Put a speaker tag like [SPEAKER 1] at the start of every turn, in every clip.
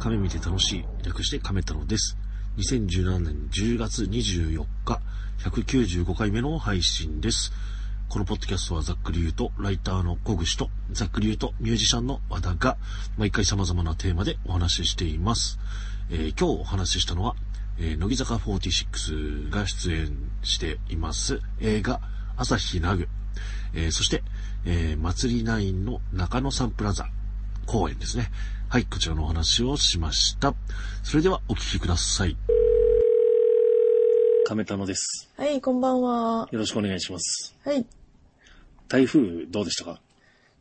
[SPEAKER 1] 亀見て楽しい。略して亀太郎です。2017年10月24日、195回目の配信です。このポッドキャストはざっくり言うと、ライターの小口と、ざっくり言うと、ミュージシャンの和田が、毎回様々なテーマでお話ししています。えー今日お話ししたのは、えー乃木坂46が出演しています映画、朝日ナグ。えーそして、えー祭りナインの中野サンプラザ公演ですね。はい、こちらのお話をしました。それではお聞きください。亀田野です。
[SPEAKER 2] はい、こんばんは。
[SPEAKER 1] よろしくお願いします。
[SPEAKER 2] はい。
[SPEAKER 1] 台風どうでしたか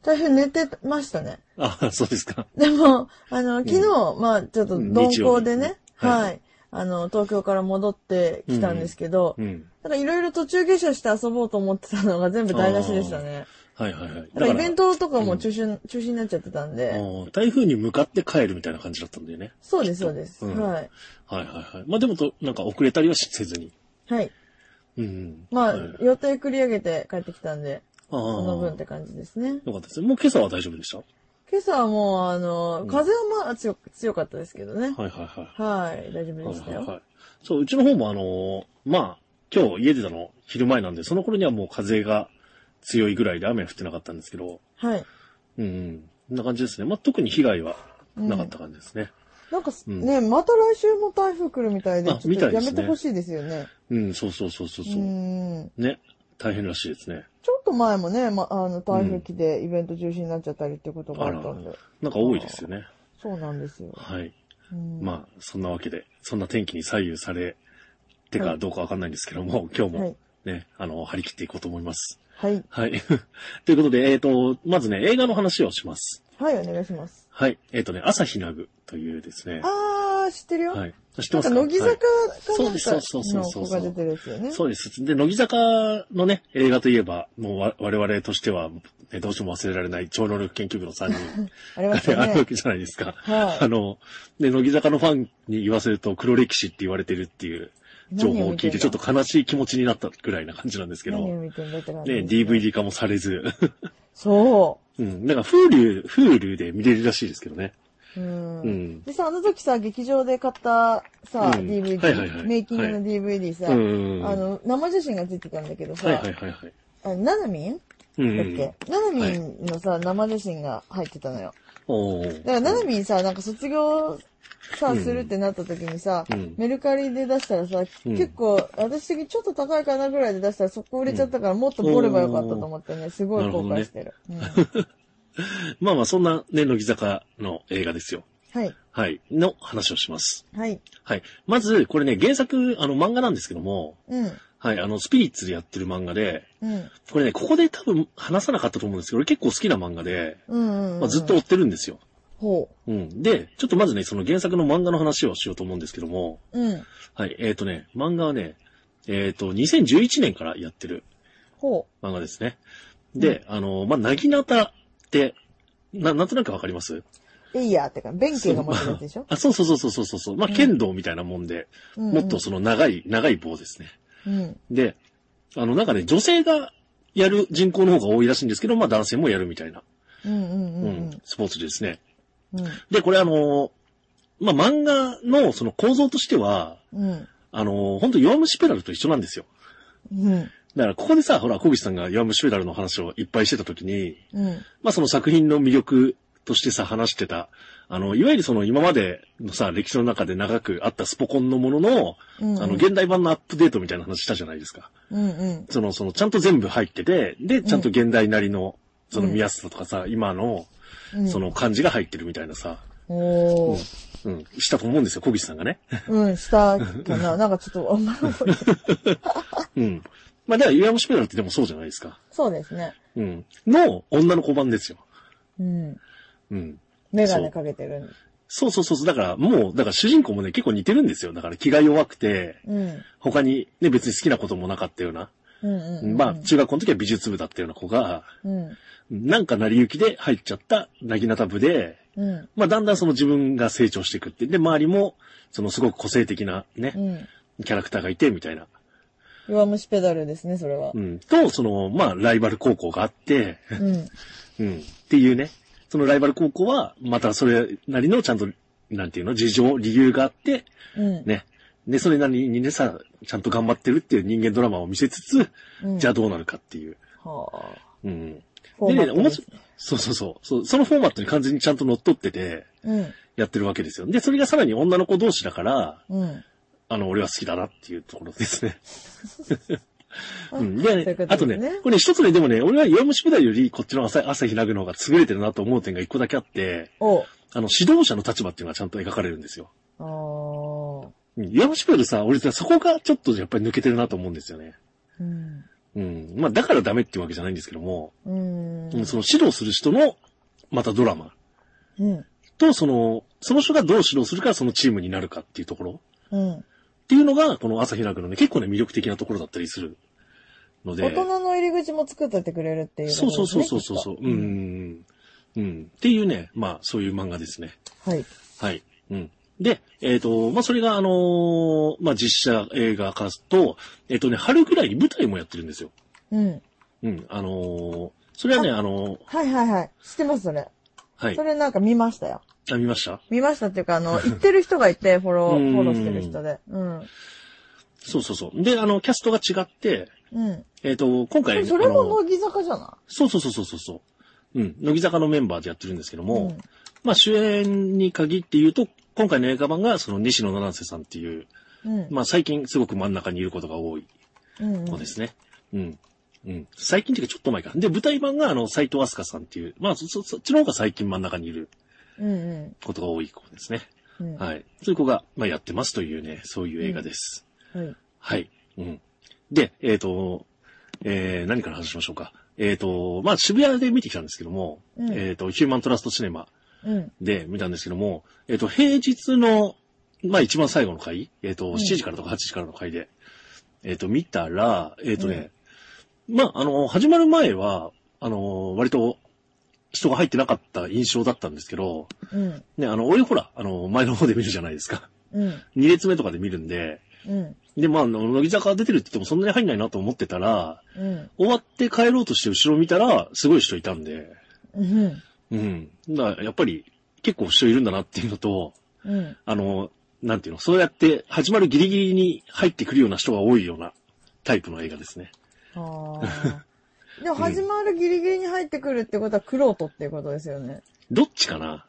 [SPEAKER 2] 大変寝てましたね。
[SPEAKER 1] あ、そうですか。
[SPEAKER 2] でも、あの、昨日、まあ、ちょっと
[SPEAKER 1] うん
[SPEAKER 2] 鈍行
[SPEAKER 1] 日
[SPEAKER 2] で
[SPEAKER 1] 曜
[SPEAKER 2] ね、
[SPEAKER 1] 日はい
[SPEAKER 2] はい、あの、東京から戻ってきたんですけど、
[SPEAKER 1] うん。
[SPEAKER 2] なんかいろいろ途中下車して遊ぼうと思ってたのが全部台無しでしたね。
[SPEAKER 1] はいはいはい。
[SPEAKER 2] なんかイベントとかも中止、中止になっちゃってたん
[SPEAKER 1] あ
[SPEAKER 2] で、
[SPEAKER 1] ー台風に向かって帰るみたいな感じだったんだよね。
[SPEAKER 2] そうです、そうです。
[SPEAKER 1] うん
[SPEAKER 2] は
[SPEAKER 1] は
[SPEAKER 2] い。
[SPEAKER 1] いはいはい。まあでもと、なんか遅れたりはしせずに。
[SPEAKER 2] はい。
[SPEAKER 1] うん。
[SPEAKER 2] まあ、
[SPEAKER 1] はい
[SPEAKER 2] 予定繰り上げて帰ってきたんで、
[SPEAKER 1] ああ。
[SPEAKER 2] その分って感じですね。
[SPEAKER 1] よかったですね。もう今朝は大丈夫でした。は
[SPEAKER 2] 今朝はもう、あの、風はまあ強強かったですけどね。
[SPEAKER 1] いはいはい。
[SPEAKER 2] はい、大丈夫でした
[SPEAKER 1] はいはい
[SPEAKER 2] よ。
[SPEAKER 1] はい。そう、うちの方もあのーまあ、今日家出たの昼前なんで、その頃にはもう風が強いぐらいで雨は降ってなかったんですけど、
[SPEAKER 2] はい。
[SPEAKER 1] うん、うん。こんな感じですね。まあ、特に被害はなかった感じですね。
[SPEAKER 2] なんかす、
[SPEAKER 1] うん
[SPEAKER 2] ね、また来週も台風来るみたいで、
[SPEAKER 1] あ
[SPEAKER 2] ちょ
[SPEAKER 1] み
[SPEAKER 2] ったと
[SPEAKER 1] いで
[SPEAKER 2] や
[SPEAKER 1] すね
[SPEAKER 2] めてほしいですよね。
[SPEAKER 1] うん、そうそうそうそう
[SPEAKER 2] う
[SPEAKER 1] そう。
[SPEAKER 2] ん。
[SPEAKER 1] ね。大変らしいですね。
[SPEAKER 2] ちょっと前もね、ま、あの、台風来てイベント中止になっちゃったりってことがあったんで。
[SPEAKER 1] なんか多いですよね。
[SPEAKER 2] そうなんですよ。
[SPEAKER 1] はい。
[SPEAKER 2] うん、
[SPEAKER 1] まあ、そんなわけで、そんな天気に左右されてかどうかわかんないんですけども、 今日
[SPEAKER 2] は
[SPEAKER 1] も
[SPEAKER 2] い。
[SPEAKER 1] ね、あの、張り切っていこうと思います。
[SPEAKER 2] はい。
[SPEAKER 1] はい。 ということで、えっ、と、まずね、映画の話をします。
[SPEAKER 2] はい、お願いします。
[SPEAKER 1] はい。えっ、とね、朝日奈具というですね。
[SPEAKER 2] あー、知ってるよ。
[SPEAKER 1] はい。知って
[SPEAKER 2] な
[SPEAKER 1] ま
[SPEAKER 2] んか、
[SPEAKER 1] すか
[SPEAKER 2] 乃木坂
[SPEAKER 1] は
[SPEAKER 2] か
[SPEAKER 1] そう
[SPEAKER 2] なん
[SPEAKER 1] です
[SPEAKER 2] か
[SPEAKER 1] そうそう
[SPEAKER 2] の
[SPEAKER 1] そうそう
[SPEAKER 2] 子が出てるやつよね
[SPEAKER 1] い。そうです。で、乃木坂のね、映画といえば、もうわ我々としては、ね、どうしても忘れられない超能力研究部の3人
[SPEAKER 2] あり
[SPEAKER 1] が
[SPEAKER 2] ま
[SPEAKER 1] ね、
[SPEAKER 2] した
[SPEAKER 1] あるわ
[SPEAKER 2] ね。
[SPEAKER 1] けじゃないですか。あ
[SPEAKER 2] は
[SPEAKER 1] の、で、乃木坂のファンに言わせると黒歴史って言われてるっていう
[SPEAKER 2] い。
[SPEAKER 1] 情報を聞いて、ちょっと
[SPEAKER 2] け
[SPEAKER 1] 悲しい気持ちになったぐらいな感じなんですけど、
[SPEAKER 2] 何を
[SPEAKER 1] ね、
[SPEAKER 2] 見てんだって感じですね
[SPEAKER 1] DVD 化もされず、
[SPEAKER 2] そ
[SPEAKER 1] うん、なんか Hulu、Hulu で見れるらしいですけどね。
[SPEAKER 2] う。うん
[SPEAKER 1] うん。
[SPEAKER 2] でさ、あの時さ、劇場で買った
[SPEAKER 1] う
[SPEAKER 2] さ、
[SPEAKER 1] ん
[SPEAKER 2] DVD、
[SPEAKER 1] はいはいはい
[SPEAKER 2] メイキングの DVD さ、
[SPEAKER 1] うん。
[SPEAKER 2] あの、生写真がついてたんだけどさ、
[SPEAKER 1] はいはいはいはい。
[SPEAKER 2] あナナミンだ
[SPEAKER 1] う
[SPEAKER 2] っ
[SPEAKER 1] ん。
[SPEAKER 2] け、ナナミンのさ、生写真が入ってたのよ。
[SPEAKER 1] おー
[SPEAKER 2] だからナナミンさ、なんか卒業
[SPEAKER 1] う
[SPEAKER 2] さ、
[SPEAKER 1] ん
[SPEAKER 2] するってなった時にさ、
[SPEAKER 1] うん
[SPEAKER 2] メルカリで出したらさ、
[SPEAKER 1] うん
[SPEAKER 2] 結構、私的にちょっと高いかなぐらいで出したらそこ売れちゃったから、もっとボればよかったと思ってね、すごい後悔してる。
[SPEAKER 1] まあまあ、そんなね、乃木坂の映画ですよ。
[SPEAKER 2] うんはい。
[SPEAKER 1] はい。の話をします。
[SPEAKER 2] はい。
[SPEAKER 1] はい。まず、これね、原作、あの、漫画なんですけども、
[SPEAKER 2] うん。
[SPEAKER 1] はい、あの、スピリッツでやってる漫画で、
[SPEAKER 2] うん。
[SPEAKER 1] これね、ここで多分話さなかったと思うんですけど、俺結構好きな漫画で、
[SPEAKER 2] うんうん、うん。
[SPEAKER 1] まあ、ずっと追ってるんですよ。
[SPEAKER 2] ほ
[SPEAKER 1] うん。で、ちょっとまずね、その原作の漫画の話をしようと思うんですけども、
[SPEAKER 2] う。うん。
[SPEAKER 1] はい、えっ、ー、とね、漫画はね、えっ、ー、と、2011年からやってる
[SPEAKER 2] ほ
[SPEAKER 1] 漫画ですね。で、あの、まあ、なぎなたって、な、なんとなくわかります
[SPEAKER 2] う。えいやってか、弁慶が持ってるやつでしょ
[SPEAKER 1] あ、そうそうそうそうそうそうそう。まあ、
[SPEAKER 2] うん
[SPEAKER 1] 剣道みたいなもんで、もっとその長い、長い棒ですね。
[SPEAKER 2] うんうん。うん。
[SPEAKER 1] で、あの、なんかね、女性がやる人口の方が多いらしいんですけど、まあ男性もやるみたいな、
[SPEAKER 2] うんうん
[SPEAKER 1] う、
[SPEAKER 2] うんん
[SPEAKER 1] スポーツですね。
[SPEAKER 2] うん。
[SPEAKER 1] で、これあのーまあ漫画のその構造としては、
[SPEAKER 2] うん。
[SPEAKER 1] あのー、本当弱虫ペダルと一緒なんですよ。
[SPEAKER 2] うん。
[SPEAKER 1] だからここでさ、ほら、小口さんが弱虫ペダルの話をいっぱいしてた時に、
[SPEAKER 2] うん。
[SPEAKER 1] まあその作品の魅力としてさ、話してた、あの、いわゆるその今までのさ、歴史の中で長くあったスポコンのものの、
[SPEAKER 2] うん。
[SPEAKER 1] あの、現代版のアップデートみたいな話したじゃないですか。
[SPEAKER 2] うんうん。
[SPEAKER 1] その、その、ちゃんと全部入ってて、で、ちゃんと現代なりの、その見やすさとかさ、今の、
[SPEAKER 2] うん
[SPEAKER 1] そ、の漢字が入ってるみたいなさ、
[SPEAKER 2] おー
[SPEAKER 1] うん、したと思うんですよ、小口さんがね。
[SPEAKER 2] うん、した かな。なんかちょっと、あんまり覚えてない。
[SPEAKER 1] うん。まあ、だから、岩虫ペダルってでもそうじゃないですか。
[SPEAKER 2] そうですね。
[SPEAKER 1] うん。の、女の子版ですよ。
[SPEAKER 2] うん。
[SPEAKER 1] うん。
[SPEAKER 2] メガネかけてる。
[SPEAKER 1] そうそうそうそう、だから、もう、だから主人公もね、結構似てるんですよ。だから、気が弱くて、
[SPEAKER 2] うん。
[SPEAKER 1] 他にね、別に好きなこともなかったような。
[SPEAKER 2] うんうんうん。
[SPEAKER 1] まあ、中学校の時は美術部だったような子が、
[SPEAKER 2] うん。
[SPEAKER 1] なんか成り行きで入っちゃった、なぎなた部で、
[SPEAKER 2] うん。
[SPEAKER 1] まあ、だんだんその自分が成長していくって。で、周りも、そのすごく個性的なね
[SPEAKER 2] う、ん。
[SPEAKER 1] キャラクターがいて、みたいな。
[SPEAKER 2] 弱虫ペダルですね、それは
[SPEAKER 1] う。ん。と、その、まあ、ライバル高校があって、
[SPEAKER 2] うん。
[SPEAKER 1] うん。っていうね。そのライバル高校は、またそれなりのちゃんとなんていうの、事情、理由があって、
[SPEAKER 2] うん。
[SPEAKER 1] ね。で、それなりにね、さ、ちゃんと頑張ってるっていう人間ドラマを見せつつ、
[SPEAKER 2] うん
[SPEAKER 1] じゃあどうなるかっていう。
[SPEAKER 2] はあ。
[SPEAKER 1] うん。
[SPEAKER 2] フォーマットですね
[SPEAKER 1] そうそうそう。そうそのフォーマットに完全にちゃんと乗っ取ってて、
[SPEAKER 2] うん。
[SPEAKER 1] やってるわけですよ。で、それがさらに女の子同士だから、
[SPEAKER 2] うん。
[SPEAKER 1] あの、俺は好きだなっていうところですね。
[SPEAKER 2] あ
[SPEAKER 1] うん。で、
[SPEAKER 2] そういうこと
[SPEAKER 1] あと
[SPEAKER 2] です
[SPEAKER 1] ね、これね一つね、でもね、俺は弱虫ペダルよりこっちの朝朝開くの方が優れてるなと思う点が一個だけあって、
[SPEAKER 2] お
[SPEAKER 1] あの、指導者の立場っていうのがちゃんと描かれるんですよ。
[SPEAKER 2] あー
[SPEAKER 1] うん弱虫ペダルさ、俺さ、そこがちょっとやっぱり抜けてるなと思うんですよね。
[SPEAKER 2] うん。
[SPEAKER 1] うん。まあ、だからダメっていうわけじゃないんですけども、
[SPEAKER 2] う
[SPEAKER 1] う
[SPEAKER 2] ん。
[SPEAKER 1] んその指導する人の、またドラマ
[SPEAKER 2] うん。
[SPEAKER 1] と、その、その人がどう指導するからそのチームになるかっていうところ
[SPEAKER 2] うん。
[SPEAKER 1] っていうのが、この朝開くのね、結構ね、魅力的なところだったりするので。
[SPEAKER 2] 大人の入り口も作ってってくれるっていう、
[SPEAKER 1] そうそうそうそうそうそう。う。
[SPEAKER 2] うん
[SPEAKER 1] うん。っていうね、まあ、そういう漫画ですね。
[SPEAKER 2] はい。
[SPEAKER 1] はい。うん。で、えっ、と、まあ、それが、あのーまあ、実写映画化と、えっ、とね、春ぐらいに舞台もやってるんですよ。
[SPEAKER 2] うん。
[SPEAKER 1] うん。あのーそれはね、あのー
[SPEAKER 2] はいはいはい。知ってます、それ。
[SPEAKER 1] はい
[SPEAKER 2] そ。れなんか見ましたよ。
[SPEAKER 1] あ、見ました
[SPEAKER 2] 見ましたっていうか、あの、言ってる人がいて、フォロ
[SPEAKER 1] うん
[SPEAKER 2] ー、フォローしてる人で。うん。
[SPEAKER 1] そうそうそう。で、あの、キャストが違って、
[SPEAKER 2] うん。
[SPEAKER 1] えっ、と、今
[SPEAKER 2] で
[SPEAKER 1] 回、
[SPEAKER 2] もそれも
[SPEAKER 1] あの
[SPEAKER 2] 乃木坂じゃな
[SPEAKER 1] そうそうそうそうそうそう。うん。乃木坂のメンバーでやってるんですけど
[SPEAKER 2] い
[SPEAKER 1] も、
[SPEAKER 2] うん
[SPEAKER 1] まあ、主演に限って言うと、今回の映画版が、その、西野七瀬さんっていう、
[SPEAKER 2] うん。
[SPEAKER 1] まあ、最近すごく真ん中にいることが多い
[SPEAKER 2] うん。
[SPEAKER 1] 子ですね。うん。うん。最近っていうかちょっと前か。で、舞台版が、あの、斎藤飛鳥さんっていう、まあ、そ、そそっちの方が最近真ん中にいる
[SPEAKER 2] うんうん
[SPEAKER 1] ことが多い子ですね。
[SPEAKER 2] うん。は
[SPEAKER 1] はい。そういう子が、まあ、やってますというね、そういう映画です。
[SPEAKER 2] い。
[SPEAKER 1] はい。うん。で、えっ、と、えー、何から話しましょうか。えっ、と、まあ、渋谷で見てきたんですけども、
[SPEAKER 2] うん
[SPEAKER 1] えっ、と、ヒューマントラストシネマ
[SPEAKER 2] うん。
[SPEAKER 1] で見たんですけども、えっ、と、平日の、まあ、一番最後の回、えっ、と、
[SPEAKER 2] ん
[SPEAKER 1] 7時からとか8時からの回で、えっ、と、見たら、えっ、とね、まあ、あの、始まる前は、あの、割と、人が入ってなかった印象だったんですけど、
[SPEAKER 2] うん。
[SPEAKER 1] ね、あの、俺ほら、あの、前の方で見るじゃないですか。
[SPEAKER 2] うん。
[SPEAKER 1] 2列目とかで見るんで、
[SPEAKER 2] うん。
[SPEAKER 1] で、まあ、あの乃木坂出てるって言ってもそんなに入んないなと思ってたら、
[SPEAKER 2] うん。
[SPEAKER 1] 終わって帰ろうとして後ろ見たら、すごい人いたんで、
[SPEAKER 2] うん。
[SPEAKER 1] うん。だからやっぱり、結構人いるんだなっていうのと、
[SPEAKER 2] うん。
[SPEAKER 1] あの、なんていうの、そうやって始まるギリギリに入ってくるような人が多いようなタイプの映画ですね。
[SPEAKER 2] ああ。でも始まるギリギリに入ってくるってことは、クロートっていうことですよね。
[SPEAKER 1] どっちか な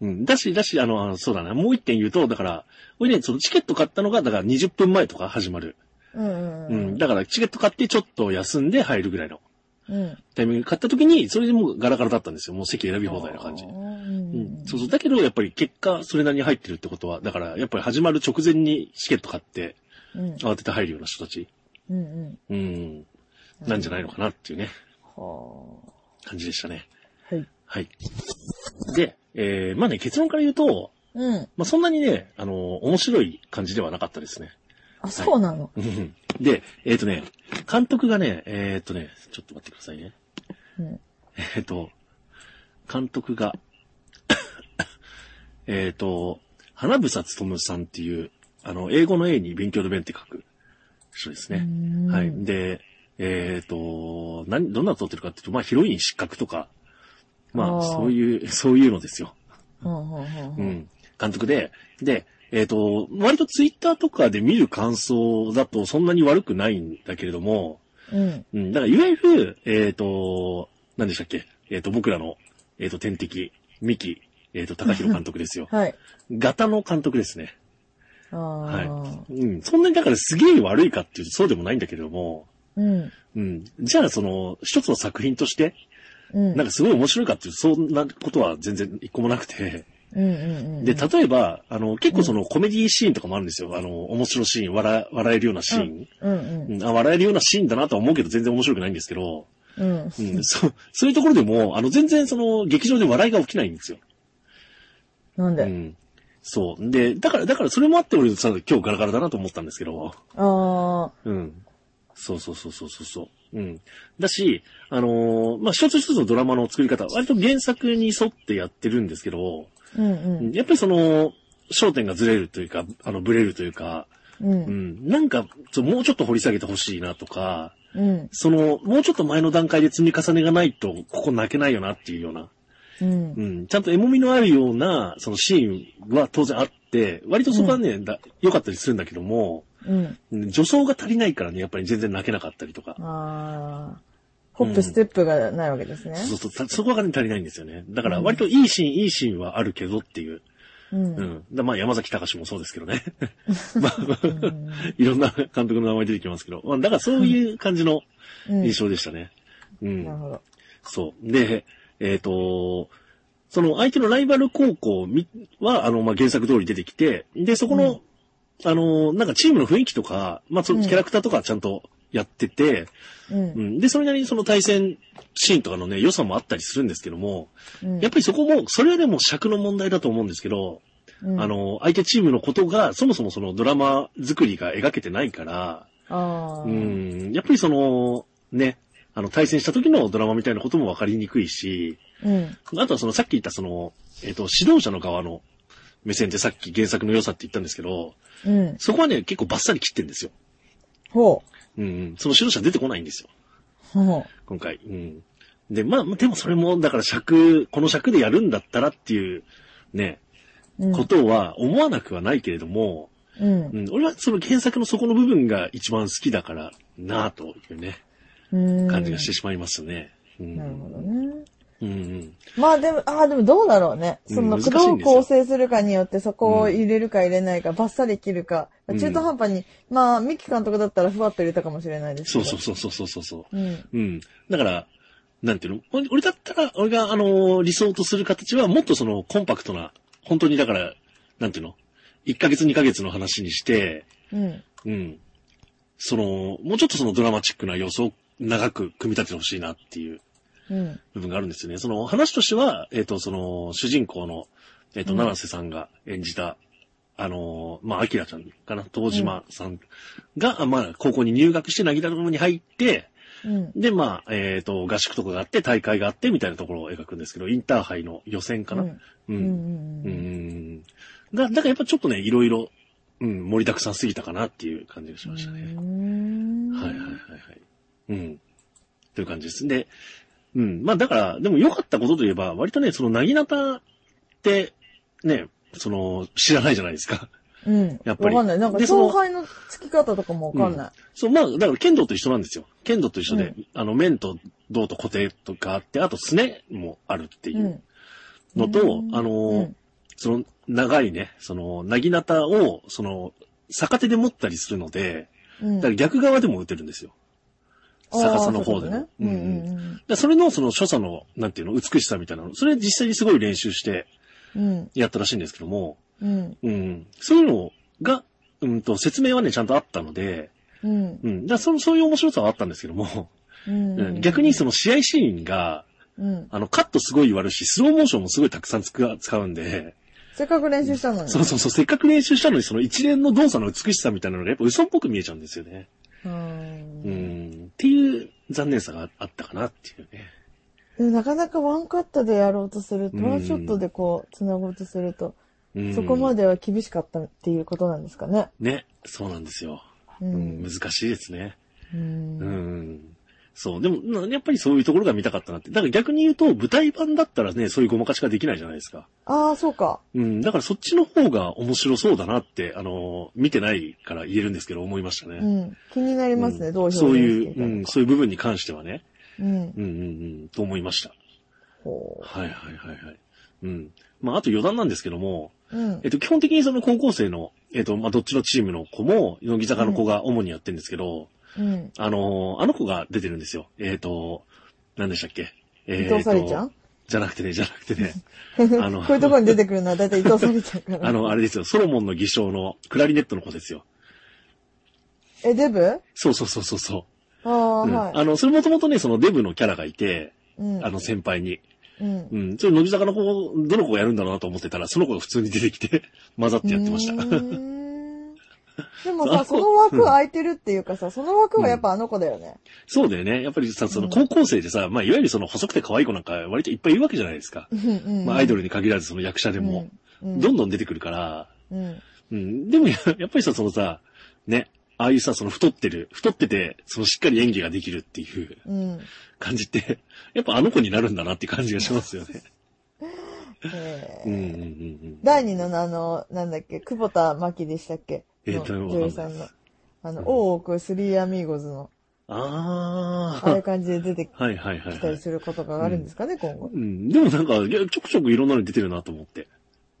[SPEAKER 1] うん。だし、だし、あの、あのそうだな。もう一点言うと、だから、俺ね、そのチケット買ったのが、だから20分前とか始まる。
[SPEAKER 2] うんう
[SPEAKER 1] うん
[SPEAKER 2] うん
[SPEAKER 1] ん。。だから、チケット買ってちょっと休んで入るぐらいの。
[SPEAKER 2] うん。
[SPEAKER 1] タイミング買った時に、それでもうガラガラだったんですよ。もう席選び放題な感じ
[SPEAKER 2] う。
[SPEAKER 1] うんん。。そうそう。だけど、やっぱり結果、それなりに入ってるってことは、だから、やっぱり始まる直前にチケット買って、
[SPEAKER 2] うん。
[SPEAKER 1] 慌てて入るような人たち。
[SPEAKER 2] うんうん。
[SPEAKER 1] うん。なんじゃないのかなっていうね、
[SPEAKER 2] は
[SPEAKER 1] 感じでしたね。
[SPEAKER 2] あ。はい。
[SPEAKER 1] はい。で、えー、まあね、結論から言うと、
[SPEAKER 2] うん。
[SPEAKER 1] まあそんなにね、あの、面白い感じではなかったですね。
[SPEAKER 2] あ、そうなの。
[SPEAKER 1] うんで、えっ、とね、監督がね、えっ、とね、ちょっと待ってくださいね。
[SPEAKER 2] うん。
[SPEAKER 1] えっ、と、監督が、 えっと、花房勉さんっていう、あの、英語の A に勉強の弁って書く人ですね。は。
[SPEAKER 2] はい
[SPEAKER 1] で、えっ、と、何、どんなの撮ってるかっていうと、まあ、ヒロイン失格とか、ま
[SPEAKER 2] あ
[SPEAKER 1] あ、
[SPEAKER 2] ー
[SPEAKER 1] そういう、 そういうのですよ。
[SPEAKER 2] うんうん
[SPEAKER 1] う
[SPEAKER 2] うん
[SPEAKER 1] ん。監督で、で、えっ、と、割とツイッターとかで見る感想だとそんなに悪くないんだけれども、
[SPEAKER 2] うん。。
[SPEAKER 1] うん、だからいわゆる、えっ、と、何でしたっけ、えっ、と、僕らの、えっ、と、天敵、ミキ、えっ、と、高弘監督ですよ
[SPEAKER 2] はい。
[SPEAKER 1] ガタの監督ですね。
[SPEAKER 2] ああ。
[SPEAKER 1] うん、そんなにだからすげえ悪いかっていうとそうでもないんだけれども、
[SPEAKER 2] うん。
[SPEAKER 1] うん、じゃあその、一つの作品として、
[SPEAKER 2] うん。
[SPEAKER 1] なんかすごい面白いかっていう、そんなことは全然一個もなくて。
[SPEAKER 2] うんうんうん。
[SPEAKER 1] で、例えば、あの、結構そのコメディシーンとかもあるんですよ。あの、面白いシーン、笑、笑えるようなシーン。
[SPEAKER 2] うん
[SPEAKER 1] うんあ笑えるようなシーンだなとは思うけど全然面白くないんですけど、
[SPEAKER 2] うん。うん。
[SPEAKER 1] うん、そ、そういうところでも、あの、全然その、劇場で笑いが起きないんですよ。
[SPEAKER 2] なん
[SPEAKER 1] う
[SPEAKER 2] で
[SPEAKER 1] ん。そう。で、だから、だからそれもあって俺さ、今日ガラガラだなと思ったんですけど、
[SPEAKER 2] ああ。
[SPEAKER 1] うん。そうそうそうそうそうそう。うん。だし、あのーまあ、一つ一つのドラマの作り方、割と原作に沿ってやってるんですけど、
[SPEAKER 2] うん
[SPEAKER 1] やっぱりその、焦点がずれるというか、あの、ブレるというか、
[SPEAKER 2] うん。う。
[SPEAKER 1] うんん、なんか、そうもうちょっと掘り下げてほしいなとか、
[SPEAKER 2] うん。
[SPEAKER 1] その、もうちょっと前の段階で積み重ねがないと、ここ泣けないよなっていうような、
[SPEAKER 2] うん
[SPEAKER 1] う。ん、ちゃんと絵もみのあるような、そのシーンは当然あって、割とそこはね、だ良かったりするんだけども、
[SPEAKER 2] うん。
[SPEAKER 1] うん助走が足りないからね、やっぱり全然泣けなかったりとか。
[SPEAKER 2] ああ。ホップ、ステップがないわけですね。
[SPEAKER 1] そうそうたそこがね、足りないんですよね。だから
[SPEAKER 2] うん
[SPEAKER 1] 割といいシーン、いいシーンはあるけどっていう。
[SPEAKER 2] うん。
[SPEAKER 1] う
[SPEAKER 2] うん
[SPEAKER 1] ん。だまあ山崎隆もそうですけどね。 まあ、
[SPEAKER 2] うん
[SPEAKER 1] いろんな 監督の名前出てきますけど。まあ、だからそういう感じの
[SPEAKER 2] うん
[SPEAKER 1] 印象でしたね。うん。
[SPEAKER 2] なるほど。
[SPEAKER 1] そう。で、えっ、と、その相手のライバル高校みは、あの、まあ、原作通り出てきて、で、そこの、あの、なんかチームの雰囲気とか、まあ、その
[SPEAKER 2] うん
[SPEAKER 1] キャラクターとかはちゃんとやってて、
[SPEAKER 2] う。
[SPEAKER 1] うんん。で、それなりにその対戦シーンとかのね、良さもあったりするんですけども、
[SPEAKER 2] うん
[SPEAKER 1] やっぱりそこも、それはでも尺の問題だと思うんですけど、
[SPEAKER 2] うん
[SPEAKER 1] あ、の、相手チームのことが、そもそもそのドラマ作りが描けてないから、
[SPEAKER 2] ああ。
[SPEAKER 1] うん、やっぱりその、ね、あの、対戦した時のドラマみたいなことも分かりにくいし、
[SPEAKER 2] うん。
[SPEAKER 1] あとはそのさっき言ったその、えっ、と、指導者の側の目線でさっき原作の良さって言ったんですけど、
[SPEAKER 2] うん。
[SPEAKER 1] そこはね、結構バッサリ切ってんですよ。
[SPEAKER 2] ほ
[SPEAKER 1] うんうん、その指導者出てこないんですよ、
[SPEAKER 2] う。ほ
[SPEAKER 1] 今回。うん。で、まあ、でもそれも、だから尺、この尺でやるんだったらっていう、ね、
[SPEAKER 2] う。うん
[SPEAKER 1] ことは思わなくはないけれども、
[SPEAKER 2] うん。
[SPEAKER 1] うん、俺はその原作のそこの部分が一番好きだからなぁというね、
[SPEAKER 2] うん。
[SPEAKER 1] 感じがしてしまいますね。うん、
[SPEAKER 2] なるほどね。
[SPEAKER 1] うんうん。
[SPEAKER 2] まあでも、ああ、でもどうだろうね。
[SPEAKER 1] うん
[SPEAKER 2] その、
[SPEAKER 1] 難しいんですよ
[SPEAKER 2] どう構成するかによってそこを入れるか入れないか、バッサリ切るか、
[SPEAKER 1] うん
[SPEAKER 2] 中途半端に、まあ、ミキ監督だったらふわっと入れたかもしれないですけ
[SPEAKER 1] そ
[SPEAKER 2] ど。
[SPEAKER 1] うそうそうそうそうそう。
[SPEAKER 2] う。うん。
[SPEAKER 1] うん。だから、なんていうの俺俺だったら、俺が、あのー理想とする形は、もっとその、コンパクトな、本当にだから、なんていうの ?1 ヶ月2ヶ月の話にして、
[SPEAKER 2] うん。
[SPEAKER 1] うん。その、もうちょっとそのドラマチックな要素を長く組み立ててほしいなっていう
[SPEAKER 2] うん。
[SPEAKER 1] 部分があるんですよね。その話としては、えっ、と、その、主人公の、えっ、と、
[SPEAKER 2] うん
[SPEAKER 1] 七瀬さんが演じた、あのーまあ、アキラちゃんかな、東島さんが、あまあ、高校に入学して、なぎらに入って、
[SPEAKER 2] うん。
[SPEAKER 1] で、まあ、えっ、と、合宿とかがあって、大会があって、みたいなところを描くんですけど、インターハイの予選かな。
[SPEAKER 2] うん
[SPEAKER 1] う。
[SPEAKER 2] うんん。
[SPEAKER 1] う
[SPEAKER 2] うん。
[SPEAKER 1] ん。が、だからやっぱちょっとね、いろいろ、うん、盛りだくさんすぎたかなっていう感じがしましたね。
[SPEAKER 2] うん。
[SPEAKER 1] はいはいはいはい。うん。という感じです。で、うん。まあだから、でも良かったことといえば、割とね、その、なぎなたって、ね、その、知らないじゃないですか。
[SPEAKER 2] うん。
[SPEAKER 1] やっぱり
[SPEAKER 2] わかんない。なんか、
[SPEAKER 1] でその
[SPEAKER 2] 勝敗の付き方とかもわかんない。
[SPEAKER 1] そう、まあ、だから剣道と一緒なんですよ。剣道と一緒で、
[SPEAKER 2] う。
[SPEAKER 1] あの、面と銅と固定とかあって、あとすねもあるっていううんのと、
[SPEAKER 2] うん
[SPEAKER 1] あの、
[SPEAKER 2] うん
[SPEAKER 1] その、長いね、その、なぎなたを、その、逆手で持ったりするので、
[SPEAKER 2] うん。
[SPEAKER 1] だから逆側でも打てるんですよ。逆さの方で
[SPEAKER 2] あー
[SPEAKER 1] ね。
[SPEAKER 2] そういうことね。うん
[SPEAKER 1] だからそれのその所作の、なんていうの、美しさみたいなの、それ実際にすごい練習して
[SPEAKER 2] うん。
[SPEAKER 1] やったらしいんですけども、
[SPEAKER 2] うん。
[SPEAKER 1] うん、そういうのが、うんと、説明はね、ちゃんとあったので、
[SPEAKER 2] うん。
[SPEAKER 1] うん、だからそのそういう面白さはあったんですけども、
[SPEAKER 2] うん。
[SPEAKER 1] うん逆にその試合シーンが、
[SPEAKER 2] うん。
[SPEAKER 1] あの、カットすごい言われるし、スローモーションもすごいたくさん使う使うんで、
[SPEAKER 2] せっかく練習したのに。
[SPEAKER 1] そうそうそう、せっかく練習したのに、その一連の動作の美しさみたいなのがやっぱ嘘っぽく見えちゃうんですよね。
[SPEAKER 2] う。
[SPEAKER 1] うんん、っていう残念さがあったかなっていうね。
[SPEAKER 2] でもなかなかワンカットでやろうとすると、
[SPEAKER 1] うん
[SPEAKER 2] ワンショットでこう、繋ごうとすると、
[SPEAKER 1] うん、
[SPEAKER 2] そこま。では厳しかったっていうことなんですかね。
[SPEAKER 1] ね、そうなんですよ。
[SPEAKER 2] う
[SPEAKER 1] うん、
[SPEAKER 2] ん。
[SPEAKER 1] 難しいですね。
[SPEAKER 2] う。
[SPEAKER 1] うんん。そう。でも、なやっぱりそういうところが見たかったなって。だから逆に言うと、舞台版だったらね、そういうごまかしができないじゃないですか。
[SPEAKER 2] ああ、そうか。
[SPEAKER 1] うん。だからそっちの方が面白そうだなって、あの、見てないから言えるんですけど、思いましたね。う
[SPEAKER 2] う
[SPEAKER 1] ん
[SPEAKER 2] ん。気になりますね、どう表現
[SPEAKER 1] そうい
[SPEAKER 2] して
[SPEAKER 1] う、うん、
[SPEAKER 2] い
[SPEAKER 1] そういう部分に関してはね。
[SPEAKER 2] たのか。うん。
[SPEAKER 1] うんうんうん、と思いました。
[SPEAKER 2] ほ
[SPEAKER 1] はいはいはいはい。うん。まあ、あと余談なんですけども、
[SPEAKER 2] う。うん
[SPEAKER 1] えっ。と、基本的にその高校生の、えっと、まあ、どっちのチームの子も、乃木坂の子が主にやってるんですけど、
[SPEAKER 2] うん。
[SPEAKER 1] あのーあの子が出てるんですよ。えっ、ー、と、何でしたっけえ
[SPEAKER 2] 伊
[SPEAKER 1] ーと
[SPEAKER 2] 藤沙莉ちゃん
[SPEAKER 1] じゃなくてね、じゃなくて ね。あの
[SPEAKER 2] こういうところに出てくるのは大体伊藤沙莉ちゃんから。
[SPEAKER 1] あの、あれですよ、ソロモンの偽証のクラリネットの子ですよ。
[SPEAKER 2] え、デブ
[SPEAKER 1] そうそうそうそうそ
[SPEAKER 2] あ
[SPEAKER 1] う。
[SPEAKER 2] あ、
[SPEAKER 1] うん
[SPEAKER 2] は
[SPEAKER 1] あの、それもともとね、そのデブのキャラがいて、
[SPEAKER 2] い。うん。
[SPEAKER 1] あの先輩に。
[SPEAKER 2] うん
[SPEAKER 1] う。ん。それ乃木坂の子、どの子がやるんだろうなと思ってたら、その子が普通に出てきて、 混ざってやってました。
[SPEAKER 2] う
[SPEAKER 1] う
[SPEAKER 2] ーんでも
[SPEAKER 1] あの
[SPEAKER 2] さ、その枠空いてるっていうかさ、その枠はやっぱあの子だよね。
[SPEAKER 1] そうだよね。やっぱりさ、その高校生でさ、まあ、いわゆるその細くて可愛い子なんか割といっぱいいるわけじゃないですか。まあ、アイド
[SPEAKER 2] ル
[SPEAKER 1] ルに限らずその役者で
[SPEAKER 2] で
[SPEAKER 1] も、、
[SPEAKER 2] うん
[SPEAKER 1] どんどん出てくるから、
[SPEAKER 2] うん。
[SPEAKER 1] うん、でも ややっぱりさ、そのさ、ね、ああいうさ、その太ってる、太ってて、そのしっかり演技ができるっていう
[SPEAKER 2] うん。
[SPEAKER 1] 感じって、やっぱあの子になるんだなって感じがしますよね。
[SPEAKER 2] え
[SPEAKER 1] う
[SPEAKER 2] ー
[SPEAKER 1] んうんうんうん。
[SPEAKER 2] 第二のあの、なんだっけ、久保田真希でしたっけ
[SPEAKER 1] えー
[SPEAKER 2] の
[SPEAKER 1] とわかんない
[SPEAKER 2] 女
[SPEAKER 1] で
[SPEAKER 2] 優
[SPEAKER 1] す
[SPEAKER 2] さんの。あの、大奥スリーアミーゴズの、
[SPEAKER 1] あ
[SPEAKER 2] ああいう
[SPEAKER 1] あ。
[SPEAKER 2] 感じで出て
[SPEAKER 1] はいはいはい、
[SPEAKER 2] き
[SPEAKER 1] は
[SPEAKER 2] たり
[SPEAKER 1] い。
[SPEAKER 2] することがあるんですかね、今後。
[SPEAKER 1] うん。でもなんか、いやちょくちょくいろんなの出てるなと思って。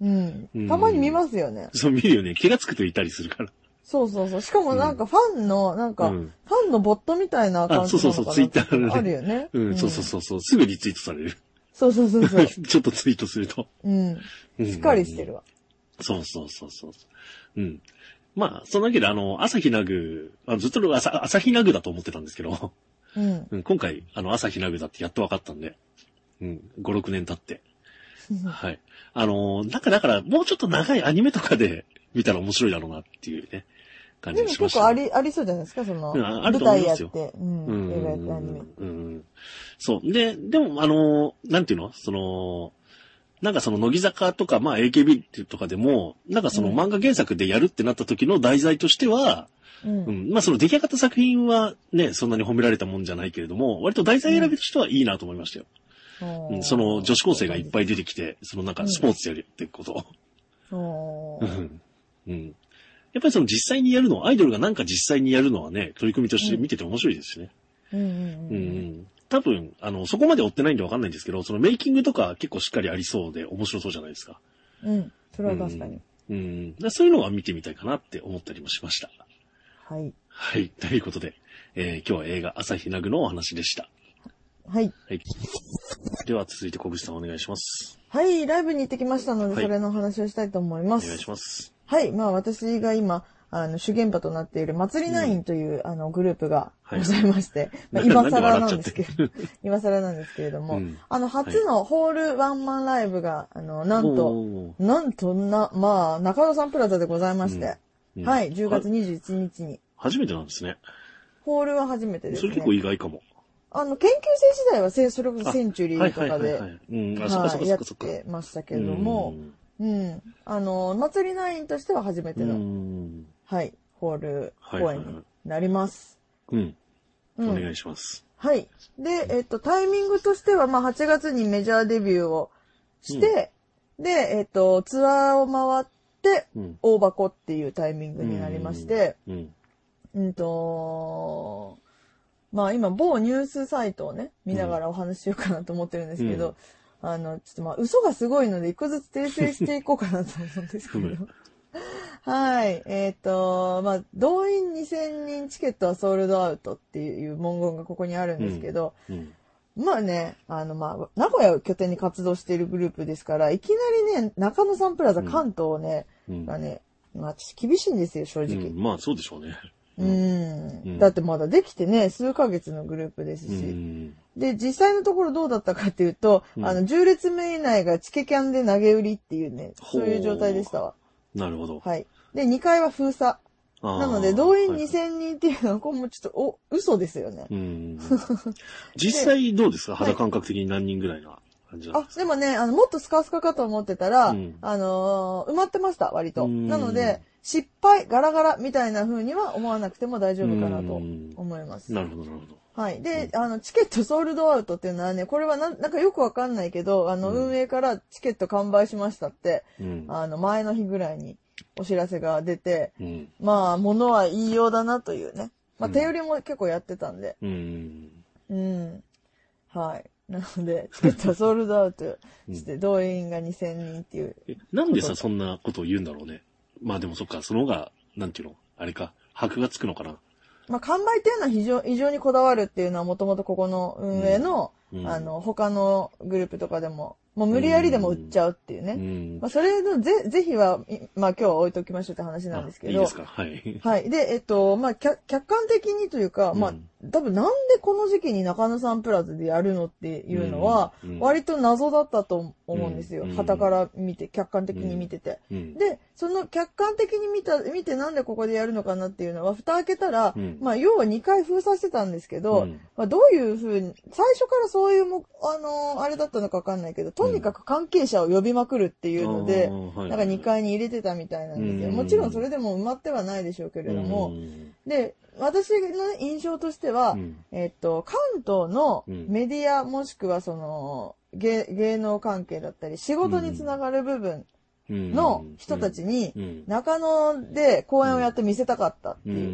[SPEAKER 2] うん
[SPEAKER 1] うん。
[SPEAKER 2] たまに見ますよね。
[SPEAKER 1] そう見るよね。気がつくといたりするから。
[SPEAKER 2] そうそうそう。しかもなんかファンの、なんか、
[SPEAKER 1] う
[SPEAKER 2] フ
[SPEAKER 1] ん
[SPEAKER 2] ァンのボットみたいなアカウントなのか
[SPEAKER 1] あそ
[SPEAKER 2] な
[SPEAKER 1] うそうそうツイッターのね
[SPEAKER 2] あるよね。
[SPEAKER 1] うん、そうそう
[SPEAKER 2] そ
[SPEAKER 1] そうそう。すぐリツイートされる。
[SPEAKER 2] う。そうそう そう
[SPEAKER 1] ちょっとツイートすると。
[SPEAKER 2] うん。
[SPEAKER 1] うん
[SPEAKER 2] しっかりしてるわ。
[SPEAKER 1] そうそうそうそう。うん。まあ、そんなわけで、あの、朝日奈具、あのずっと朝朝日奈具だと思ってたんですけど、
[SPEAKER 2] うん。
[SPEAKER 1] うん、今回、あの、朝日奈具だってやっと分かったんで、うん、5、6年経って。はい。あの、なんかだから、もうちょっと長いアニメとかで 見たら面白いだろうなっていうね、感じ
[SPEAKER 2] でも
[SPEAKER 1] がしま
[SPEAKER 2] 結
[SPEAKER 1] した、
[SPEAKER 2] 構あり、ありそうじゃないですか、その、
[SPEAKER 1] うんああると思
[SPEAKER 2] 舞
[SPEAKER 1] い
[SPEAKER 2] 台
[SPEAKER 1] ま
[SPEAKER 2] やっ
[SPEAKER 1] すよ
[SPEAKER 2] て、うん
[SPEAKER 1] う、
[SPEAKER 2] 映画やってアニメ。
[SPEAKER 1] んうん。そう。で、でも、あの、なんていうのその、なんかその、乃木坂とか、まあ AKB とかでも、なんかその
[SPEAKER 2] うん
[SPEAKER 1] 漫画原作でやるってなった時の題材としては、
[SPEAKER 2] うん
[SPEAKER 1] うん、まあその出来上がった作品はね、そんなに褒められたもんじゃないけれども、割と題材選びとしてはいいなと思いましたよ。
[SPEAKER 2] う。
[SPEAKER 1] うんん、その女子高生がいっぱ
[SPEAKER 2] い。
[SPEAKER 1] い出てきて、そのなんかスポーツやるってことを。う。
[SPEAKER 2] うん
[SPEAKER 1] うんやっぱりその実際にやるの、アイドルがなんか実際にやるのはね、取り組みとして見てて面白いですしね。
[SPEAKER 2] ん。うん
[SPEAKER 1] う
[SPEAKER 2] うん。
[SPEAKER 1] うんん多分、あの、そこまで追ってないんでわかんないんですけど、そのメイキングとか結構しっかりありそうで面白そうじゃないですか。
[SPEAKER 2] うん。それは確かに。
[SPEAKER 1] うん。でそういうのは見てみたいかなって思ったりもしました。
[SPEAKER 2] はい。
[SPEAKER 1] はい。ということで、えー今日は映画朝日奈具のお話でした。
[SPEAKER 2] はい。
[SPEAKER 1] はい。では続いて小口さんお願いします。
[SPEAKER 2] はい、ライブに行ってきましたので、
[SPEAKER 1] はい
[SPEAKER 2] それのお話をしたいと思い
[SPEAKER 1] お
[SPEAKER 2] ます。
[SPEAKER 1] 願いします。
[SPEAKER 2] はい、まあ私が今、あの、主現場となっている祭りナインという、あの、グループが
[SPEAKER 1] はい
[SPEAKER 2] ございまして、まあ
[SPEAKER 1] な
[SPEAKER 2] 今更なんですけど、今更なんですけれども、
[SPEAKER 1] うん
[SPEAKER 2] あの、初のホールワンマンライブが、あの、なんと、
[SPEAKER 1] お
[SPEAKER 2] なんとな、まあ、中野サンプラザでございまして、
[SPEAKER 1] ー、
[SPEAKER 2] は
[SPEAKER 1] う
[SPEAKER 2] い、
[SPEAKER 1] ん
[SPEAKER 2] 10月。21日に、
[SPEAKER 1] は初めてなんですね。
[SPEAKER 2] ホールは初めてです
[SPEAKER 1] それ
[SPEAKER 2] ね
[SPEAKER 1] 結。構意外かも。
[SPEAKER 2] あの、研究生時代は、せそれこそセンチュリ
[SPEAKER 1] は
[SPEAKER 2] ー
[SPEAKER 1] い
[SPEAKER 2] と
[SPEAKER 1] はい
[SPEAKER 2] か
[SPEAKER 1] はい
[SPEAKER 2] で、
[SPEAKER 1] はい。うん。あ、そっかそっか
[SPEAKER 2] はい、
[SPEAKER 1] そ
[SPEAKER 2] や
[SPEAKER 1] っ
[SPEAKER 2] っ
[SPEAKER 1] かそっか。
[SPEAKER 2] てましたけれども、うん。あの、祭りナインとしては初めて
[SPEAKER 1] うん、う
[SPEAKER 2] の、
[SPEAKER 1] ん。
[SPEAKER 2] はい、ホール
[SPEAKER 1] はい
[SPEAKER 2] 公
[SPEAKER 1] はい
[SPEAKER 2] 演
[SPEAKER 1] はい
[SPEAKER 2] になります。
[SPEAKER 1] うん。お
[SPEAKER 2] うん
[SPEAKER 1] 願いします。
[SPEAKER 2] はい。で、えっと、タイミングとしては、まあ、8月にメジャーデビューをして、で、えっと、ツアーを回って、
[SPEAKER 1] うん。
[SPEAKER 2] 大箱っていうタイミングになりまして、
[SPEAKER 1] うん。
[SPEAKER 2] うんと、まあ今某ニュースサイトをね、見ながらお話ししようかなと思ってるんですけど、あの、ちょっとまあ嘘がすごいので、一個ずつ訂正していこうかなと思うんですけ
[SPEAKER 1] ふむ
[SPEAKER 2] ど。はい。えっ、と、まあ、動員2000人チケットはソールドアウトっていう文言がここにあるんですけど、
[SPEAKER 1] うん。
[SPEAKER 2] まあね、あの、まあ、名古屋を拠点に活動しているグループですから、いきなりね、中野サンプラザ関東をね、
[SPEAKER 1] うん。
[SPEAKER 2] がね、まあ、ちょっと厳しいんですよ、正直。
[SPEAKER 1] うんまあ、そうでしょうね。
[SPEAKER 2] う
[SPEAKER 1] うんん
[SPEAKER 2] だってまだできてね、数ヶ月のグループです
[SPEAKER 1] う
[SPEAKER 2] し。
[SPEAKER 1] ん。
[SPEAKER 2] で、実際のところどうだったかっていうと、
[SPEAKER 1] うん
[SPEAKER 2] あの、10列目以内がチケキャンで投げ売りっていうね、そういう状態でしたわ。
[SPEAKER 1] なるほど。
[SPEAKER 2] はい。で、2階は封鎖。
[SPEAKER 1] あー
[SPEAKER 2] なので、動員
[SPEAKER 1] はい
[SPEAKER 2] 2000人っていうのは、これもちょっと、お、嘘ですよね。
[SPEAKER 1] うん。実際どうですか肌感覚的に何人ぐらいな感じなん
[SPEAKER 2] あ
[SPEAKER 1] です、
[SPEAKER 2] でもね、あの、もっとスカスカかと思ってたら、
[SPEAKER 1] うん
[SPEAKER 2] あのー埋まってました、割と。
[SPEAKER 1] うん
[SPEAKER 2] なので、失敗、ガラガラみたいな風には思わなくても大丈夫かなと思います
[SPEAKER 1] か。なるほど、なるほど。
[SPEAKER 2] はい。で、あの、チケットソールドアウトっていうのはね、これはなんなんかよくわかんないけど、あの、
[SPEAKER 1] うん
[SPEAKER 2] 運営からチケット完売しましたって、
[SPEAKER 1] うん。
[SPEAKER 2] あの、前の日ぐらいにお知らせが出て、
[SPEAKER 1] うん。
[SPEAKER 2] まあ、物は言いようだなというね。まあ、
[SPEAKER 1] うん
[SPEAKER 2] 手売りも結構やってたんで、
[SPEAKER 1] うん。
[SPEAKER 2] うん。はい。な ので、チケットソールドアウトして、動員が2000人っていう。
[SPEAKER 1] えなんで
[SPEAKER 2] そ
[SPEAKER 1] さ、
[SPEAKER 2] う
[SPEAKER 1] そんなことを言うんだろうね。まあでもそっか、その方が、なんていうのあれか、箔がつくのかな。
[SPEAKER 2] まあ、完売っていうのは非常異常にこだわるっていうのは、もともとここの運営の、
[SPEAKER 1] うん
[SPEAKER 2] あ、の、他のグループとかでも、もう無理やりでも売っちゃうっていうね。
[SPEAKER 1] うん
[SPEAKER 2] ま。あ、それのぜ、ぜひは、いまあ今日は置いときましょうって話なんですけ
[SPEAKER 1] あ
[SPEAKER 2] ど。
[SPEAKER 1] いいですかはい。
[SPEAKER 2] はい。で、えっと、まあ、客客観的にというか、まあ
[SPEAKER 1] うん、
[SPEAKER 2] 多分なんでこの時期に中野サンプラザでやるのっていうのは
[SPEAKER 1] うんうん、
[SPEAKER 2] 割と謎だったと思うんですよ
[SPEAKER 1] うん。
[SPEAKER 2] 旗から見て、客観的に見てて。
[SPEAKER 1] うん。
[SPEAKER 2] で、その客観的に見た、見てなんでここでやるのかなっていうのは、蓋開けたら、
[SPEAKER 1] うん
[SPEAKER 2] まあ、要は2回封鎖してたんですけ
[SPEAKER 1] う
[SPEAKER 2] ど、
[SPEAKER 1] ん
[SPEAKER 2] まあ、どういうふうに、最初からそういうも、あのーあれだったのかわかんないけど、とにかく関係者を呼びまくるっていうので、
[SPEAKER 1] な
[SPEAKER 2] なんか2階に入れてたみたいなんですよ。
[SPEAKER 1] うん
[SPEAKER 2] もちろんそれでも埋まってはないでしょうけれども、
[SPEAKER 1] うん
[SPEAKER 2] で、私の印象としては、
[SPEAKER 1] うん
[SPEAKER 2] えっと、関東の
[SPEAKER 1] うん
[SPEAKER 2] メディアもしくはその、芸芸能関係だったり、仕事につながる部分の人たちに、
[SPEAKER 1] うん
[SPEAKER 2] 中野で公演をやって見せたかったって
[SPEAKER 1] う
[SPEAKER 2] いう。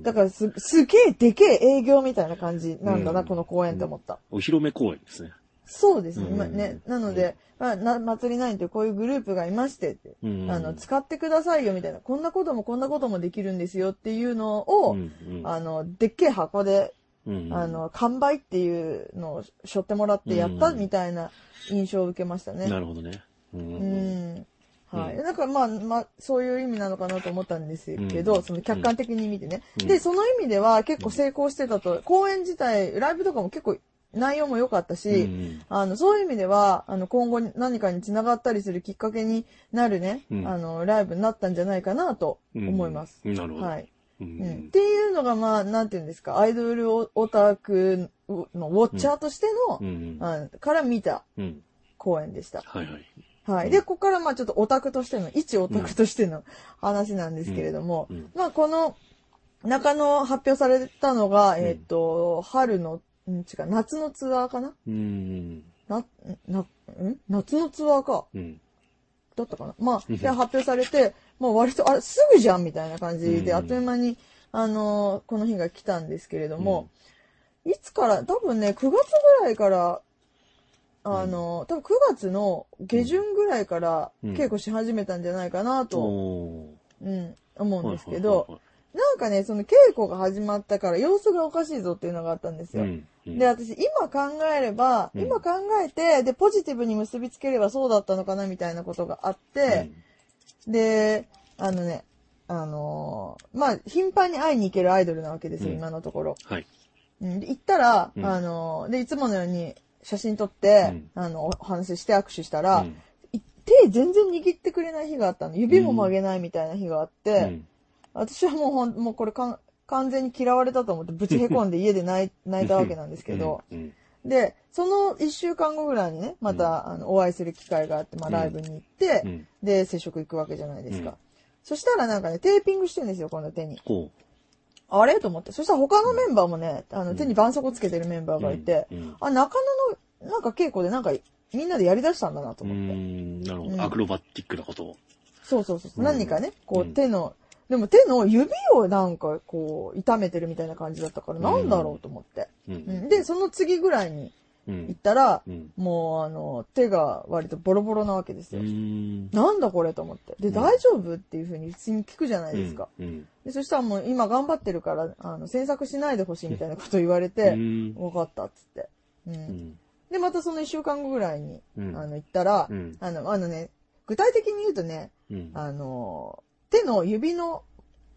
[SPEAKER 1] ん。
[SPEAKER 2] だからす、すげえでけえ営業みたいな感じなんだな、
[SPEAKER 1] うん
[SPEAKER 2] この公演って思った。
[SPEAKER 1] お披露目公演ですね。
[SPEAKER 2] そうですね。
[SPEAKER 1] うん
[SPEAKER 2] まあね。なので、まあ、な、祭りナインというこういうグループがいましてって、
[SPEAKER 1] うん
[SPEAKER 2] あの、使ってくださいよみたいな、こんなこともこんなこともできるんですよっていうの
[SPEAKER 1] う
[SPEAKER 2] を、
[SPEAKER 1] んうん
[SPEAKER 2] あの、でっけえ箱で、
[SPEAKER 1] うん
[SPEAKER 2] あの、完売っていうのを背負ってもらってやった
[SPEAKER 1] うん
[SPEAKER 2] みたいな印象を受けましたね。
[SPEAKER 1] なるほどね。う。
[SPEAKER 2] うんんはい。
[SPEAKER 1] う
[SPEAKER 2] なんかまあ、まあ、そういう意味なのかなと思ったんですけど、
[SPEAKER 1] うん
[SPEAKER 2] その客観的に見てね、
[SPEAKER 1] うん
[SPEAKER 2] で、その意味では結構成功してたと、公演自体、ライブとかも結構内容も良かったし、
[SPEAKER 1] うん
[SPEAKER 2] あの、そういう意味では、あの、今後に何かに繋がったりするきっかけになるね、
[SPEAKER 1] うん
[SPEAKER 2] あの、ライブになったんじゃないかなと
[SPEAKER 1] うん
[SPEAKER 2] 思います。
[SPEAKER 1] なるほど。
[SPEAKER 2] はい、
[SPEAKER 1] う
[SPEAKER 2] うんっ
[SPEAKER 1] ん。
[SPEAKER 2] ていうのが、まあ、なんていうんですか、アイドルオタクのウォッチャーとしての、
[SPEAKER 1] うん。
[SPEAKER 2] あのから見た
[SPEAKER 1] うん。
[SPEAKER 2] 公演でした。
[SPEAKER 1] はいはい。
[SPEAKER 2] はい。で、ここからまあちょっとオタクとしての、一オタクとしての話なんですけれども、
[SPEAKER 1] うんうん
[SPEAKER 2] まあこの中野発表されたのが、
[SPEAKER 1] ん
[SPEAKER 2] えっ、と、春の、うん、違う、夏のツアーかな
[SPEAKER 1] うん。
[SPEAKER 2] な、な、ん夏のツアーか。
[SPEAKER 1] うん。
[SPEAKER 2] だったかなまあ、
[SPEAKER 1] うん
[SPEAKER 2] で、発表されて、もう割と、あれ、すぐじゃんみたいな感じで、
[SPEAKER 1] うん
[SPEAKER 2] あっという間に、あのーこの日が来たんですけれども、いつから、多分ね、9月ぐらいから、あのー多分9月の下旬ぐらいから
[SPEAKER 1] うん
[SPEAKER 2] 稽古し始めたんじゃないかなと、
[SPEAKER 1] お
[SPEAKER 2] うん、思うんですけ
[SPEAKER 1] はいはい
[SPEAKER 2] ど、なんかね、その稽古が始まったから様子がおかしいぞっていうのがあったんです
[SPEAKER 1] はい
[SPEAKER 2] よ。
[SPEAKER 1] はいうんうん
[SPEAKER 2] で、私、今考えれば、
[SPEAKER 1] うん
[SPEAKER 2] 今考えて、で、ポジティブに結びつければそうだったのかな、みたいなことがあって、で、あのね、あのーまあ、頻繁に会いに行けるアイドルなわけですよ、
[SPEAKER 1] うん
[SPEAKER 2] 今のところ。
[SPEAKER 1] はい。
[SPEAKER 2] うん、で行ったら、
[SPEAKER 1] うん
[SPEAKER 2] あのーで、いつものように写真撮って、
[SPEAKER 1] うん
[SPEAKER 2] あの、お話しして握手したら、
[SPEAKER 1] うん
[SPEAKER 2] い手全然握ってくれない日があったの。指も曲げないみたいな日があって、
[SPEAKER 1] うん
[SPEAKER 2] 私はもうほん、もうこれかん完全に嫌われたと思って、ぶちへこんで家で泣い泣いたわけなんですけど、
[SPEAKER 1] うん、
[SPEAKER 2] で、その一週間後ぐらいにね、また、あの、お会いする機会があって、まあ、
[SPEAKER 1] うん
[SPEAKER 2] ライブに行って、
[SPEAKER 1] うん
[SPEAKER 2] で、接触行くわけじゃないですか。
[SPEAKER 1] うん
[SPEAKER 2] そしたらなんかね、テーピングしてんですよ、この手に。
[SPEAKER 1] こ
[SPEAKER 2] あれと思って。そしたら他のメンバーもね、あ
[SPEAKER 1] う
[SPEAKER 2] の、
[SPEAKER 1] ん
[SPEAKER 2] 手に絆創膏つけてるメンバ
[SPEAKER 1] う。
[SPEAKER 2] ーがいて、
[SPEAKER 1] うんうん
[SPEAKER 2] あ、中野の、なんか稽古でなんか、みんなでやりだしたんだなと
[SPEAKER 1] うー
[SPEAKER 2] 思って。
[SPEAKER 1] ん、なるほ
[SPEAKER 2] うん
[SPEAKER 1] ど。アクロバティックなことを。
[SPEAKER 2] そうそうそう。
[SPEAKER 1] うん
[SPEAKER 2] 何かね、こ
[SPEAKER 1] う
[SPEAKER 2] う、
[SPEAKER 1] ん
[SPEAKER 2] 手の、でも手の指をなんか、こう、痛めてるみたいな感じだったから、なんだろうと思って。
[SPEAKER 1] う
[SPEAKER 2] うん、で、、その次ぐらいに
[SPEAKER 1] う
[SPEAKER 2] 行っ
[SPEAKER 1] ん。
[SPEAKER 2] たら、
[SPEAKER 1] うん。
[SPEAKER 2] もうあの手が割とボロボロなわけです
[SPEAKER 1] う
[SPEAKER 2] よ。
[SPEAKER 1] ん。
[SPEAKER 2] なんだこれと思って。で、
[SPEAKER 1] うん
[SPEAKER 2] 大丈夫っていうふうに普通に聞くじゃないですか。
[SPEAKER 1] うん。
[SPEAKER 2] でそしたらもう今頑張ってるから、あの、詮索しないでほしいみたいなこと言われ
[SPEAKER 1] う
[SPEAKER 2] て、
[SPEAKER 1] ん。
[SPEAKER 2] わかったっつって。
[SPEAKER 1] う
[SPEAKER 2] う。
[SPEAKER 1] んん。
[SPEAKER 2] で、またその一週間後ぐらいに、
[SPEAKER 1] う
[SPEAKER 2] あ
[SPEAKER 1] ん。
[SPEAKER 2] の、行ったら
[SPEAKER 1] う、ん。
[SPEAKER 2] あの、あのね、具体的に言うとね、
[SPEAKER 1] うん。
[SPEAKER 2] あの、手の指の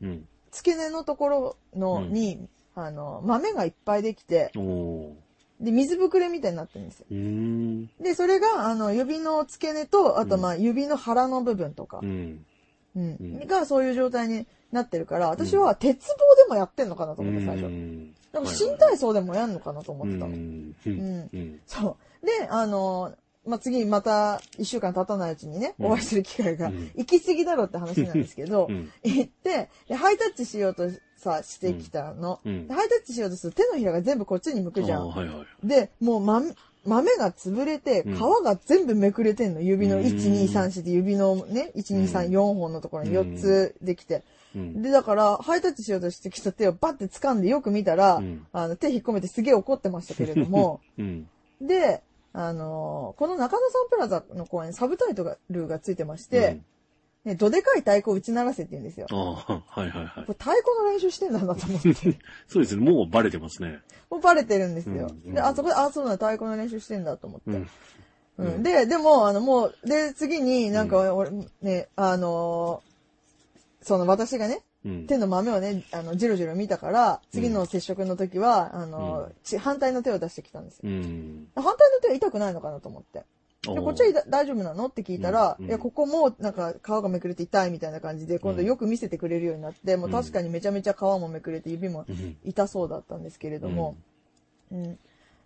[SPEAKER 1] うん。
[SPEAKER 2] 付け根のところのに、あの、豆がいっぱいできて、
[SPEAKER 1] おお
[SPEAKER 2] で、水ぶくれみたいになってるんですよ
[SPEAKER 1] ー。うーん。
[SPEAKER 2] で、それが、あの、指の付け根と、あと、
[SPEAKER 1] うん
[SPEAKER 2] まあ、指の腹の部分とか
[SPEAKER 1] う、ん。
[SPEAKER 2] うん、
[SPEAKER 1] うん
[SPEAKER 2] がそういう状態になってるから、私は鉄棒でもやってんのかなと思って、最初。
[SPEAKER 1] ん。
[SPEAKER 2] でも、
[SPEAKER 1] はい
[SPEAKER 2] 新体操でもやんのかなと思ってた
[SPEAKER 1] う
[SPEAKER 2] の。
[SPEAKER 1] ん。
[SPEAKER 2] う
[SPEAKER 1] うん。
[SPEAKER 2] ん。
[SPEAKER 1] うん。
[SPEAKER 2] そう。で、あの、まあ、次、また、一週間経たないうちにね、
[SPEAKER 1] うん
[SPEAKER 2] お会いする機会が
[SPEAKER 1] うん、
[SPEAKER 2] 行き過ぎだろって話なんですけど
[SPEAKER 1] う、ん。
[SPEAKER 2] 行って、で、ハイタッチしようとさ、してきたの。
[SPEAKER 1] うん
[SPEAKER 2] で。ハイタッチしようとすると手のひらが全部こっちに向くじゃ
[SPEAKER 1] あー
[SPEAKER 2] ん。
[SPEAKER 1] はいはい。
[SPEAKER 2] で、もうま、豆が潰れて、
[SPEAKER 1] うん
[SPEAKER 2] 皮が全部めくれてんの。指の
[SPEAKER 1] うん
[SPEAKER 2] 1234で指のね、1234本のところに4つできて。
[SPEAKER 1] うん。
[SPEAKER 2] で、だから、ハイタッチしようとしてきた手をバッて掴んでよく見たら、
[SPEAKER 1] うん
[SPEAKER 2] あの、手引っ込めてすげえ怒ってましたけれど も、
[SPEAKER 1] うん。
[SPEAKER 2] で、あのーこの中野サンプラザの公演、サブタイトルがついてまして、ね、どでかい太鼓を打ち鳴らせって言うんですよ。
[SPEAKER 1] う
[SPEAKER 2] こ
[SPEAKER 1] ん、ああ、はいはいはい
[SPEAKER 2] れ。太鼓の練習してんだなと思って。
[SPEAKER 1] そうですね。もうバレてますね。
[SPEAKER 2] もうバレてるんですよ。
[SPEAKER 1] うん
[SPEAKER 2] で、あそこで、あ、そうだ、太鼓の練習してんだと思って。
[SPEAKER 1] うん。
[SPEAKER 2] うん
[SPEAKER 1] うん
[SPEAKER 2] で、でも、あの、もう、で、次になん
[SPEAKER 1] う
[SPEAKER 2] か、俺、ね、あのーその私がね、
[SPEAKER 1] うん。
[SPEAKER 2] 手の豆をね、あの、じろじろ見たから、次の接触の時は、あのー
[SPEAKER 1] うん
[SPEAKER 2] ち反対の手を出してきたんですよ。
[SPEAKER 1] うん。
[SPEAKER 2] 反対の手は痛くないのかなと思って。
[SPEAKER 1] お
[SPEAKER 2] で、
[SPEAKER 1] ー
[SPEAKER 2] こっちはいだ大丈夫なのって聞いたら、
[SPEAKER 1] うん
[SPEAKER 2] いや、ここも、なんか、皮がめくれて痛いみたいな感じで、今度
[SPEAKER 1] うん
[SPEAKER 2] よく見せてくれるようになって、もう確かにめちゃめちゃ皮もめくれて、指も
[SPEAKER 1] うん。
[SPEAKER 2] 痛そうだったんですけれども、うん。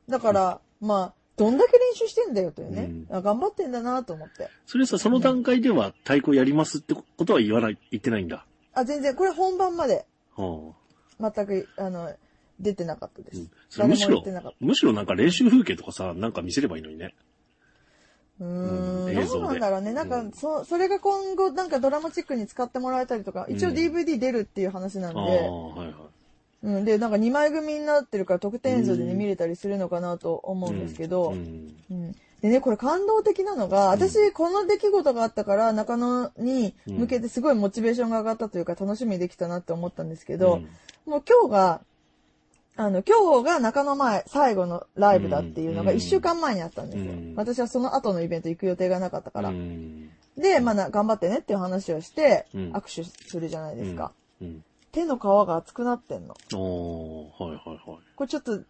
[SPEAKER 2] だから、まあ、どんだけ練習してんだよというね。
[SPEAKER 1] う
[SPEAKER 2] あ頑張ってんだなと思って。
[SPEAKER 1] それさ、その段階では太鼓やりますってことは言わない、言ってないんだ。
[SPEAKER 2] あ、全然、これ本番まで
[SPEAKER 1] はあ
[SPEAKER 2] 全く、あの、出てなかったです。
[SPEAKER 1] それむし
[SPEAKER 2] 誰
[SPEAKER 1] ろ
[SPEAKER 2] も言ってなかっ、
[SPEAKER 1] むしろなんか練習風景とかさ、なんか見せればいいのにね。
[SPEAKER 2] うー
[SPEAKER 1] うん
[SPEAKER 2] ん、
[SPEAKER 1] 映
[SPEAKER 2] どう
[SPEAKER 1] 像
[SPEAKER 2] な
[SPEAKER 1] で
[SPEAKER 2] んだろうね。なんか、
[SPEAKER 1] うん
[SPEAKER 2] そ、それが今後、なんかドラマチックに使ってもらえたりとか、一応
[SPEAKER 1] うん
[SPEAKER 2] DVD 出るっていう話なん
[SPEAKER 1] ああ、
[SPEAKER 2] で、
[SPEAKER 1] はいはい。
[SPEAKER 2] うん、で、なんか2枚組になってるから特典映像でね、
[SPEAKER 1] うん
[SPEAKER 2] 見れたりするのかなと思うんですけど、
[SPEAKER 1] うん
[SPEAKER 2] うんでね、これ感動的なのが、私、この出来事があったから、中野に向けてすごいモチベーションが上がったというか、楽しみにできたなって思ったんですけど、もう今日が、あの、今日が中野前、最後のライブだっていうのが
[SPEAKER 1] うん
[SPEAKER 2] 1週間前にあったんですよ。
[SPEAKER 1] うん
[SPEAKER 2] 私はその後のイベント行く予定がなかったから。
[SPEAKER 1] うん
[SPEAKER 2] で、まあな、頑張ってねっていう話をして、
[SPEAKER 1] うん
[SPEAKER 2] 握手するじゃないですか。。
[SPEAKER 1] うん。
[SPEAKER 2] 手の皮が厚くなってんの。
[SPEAKER 1] ああ、はいはいは
[SPEAKER 2] これちょっと
[SPEAKER 1] い。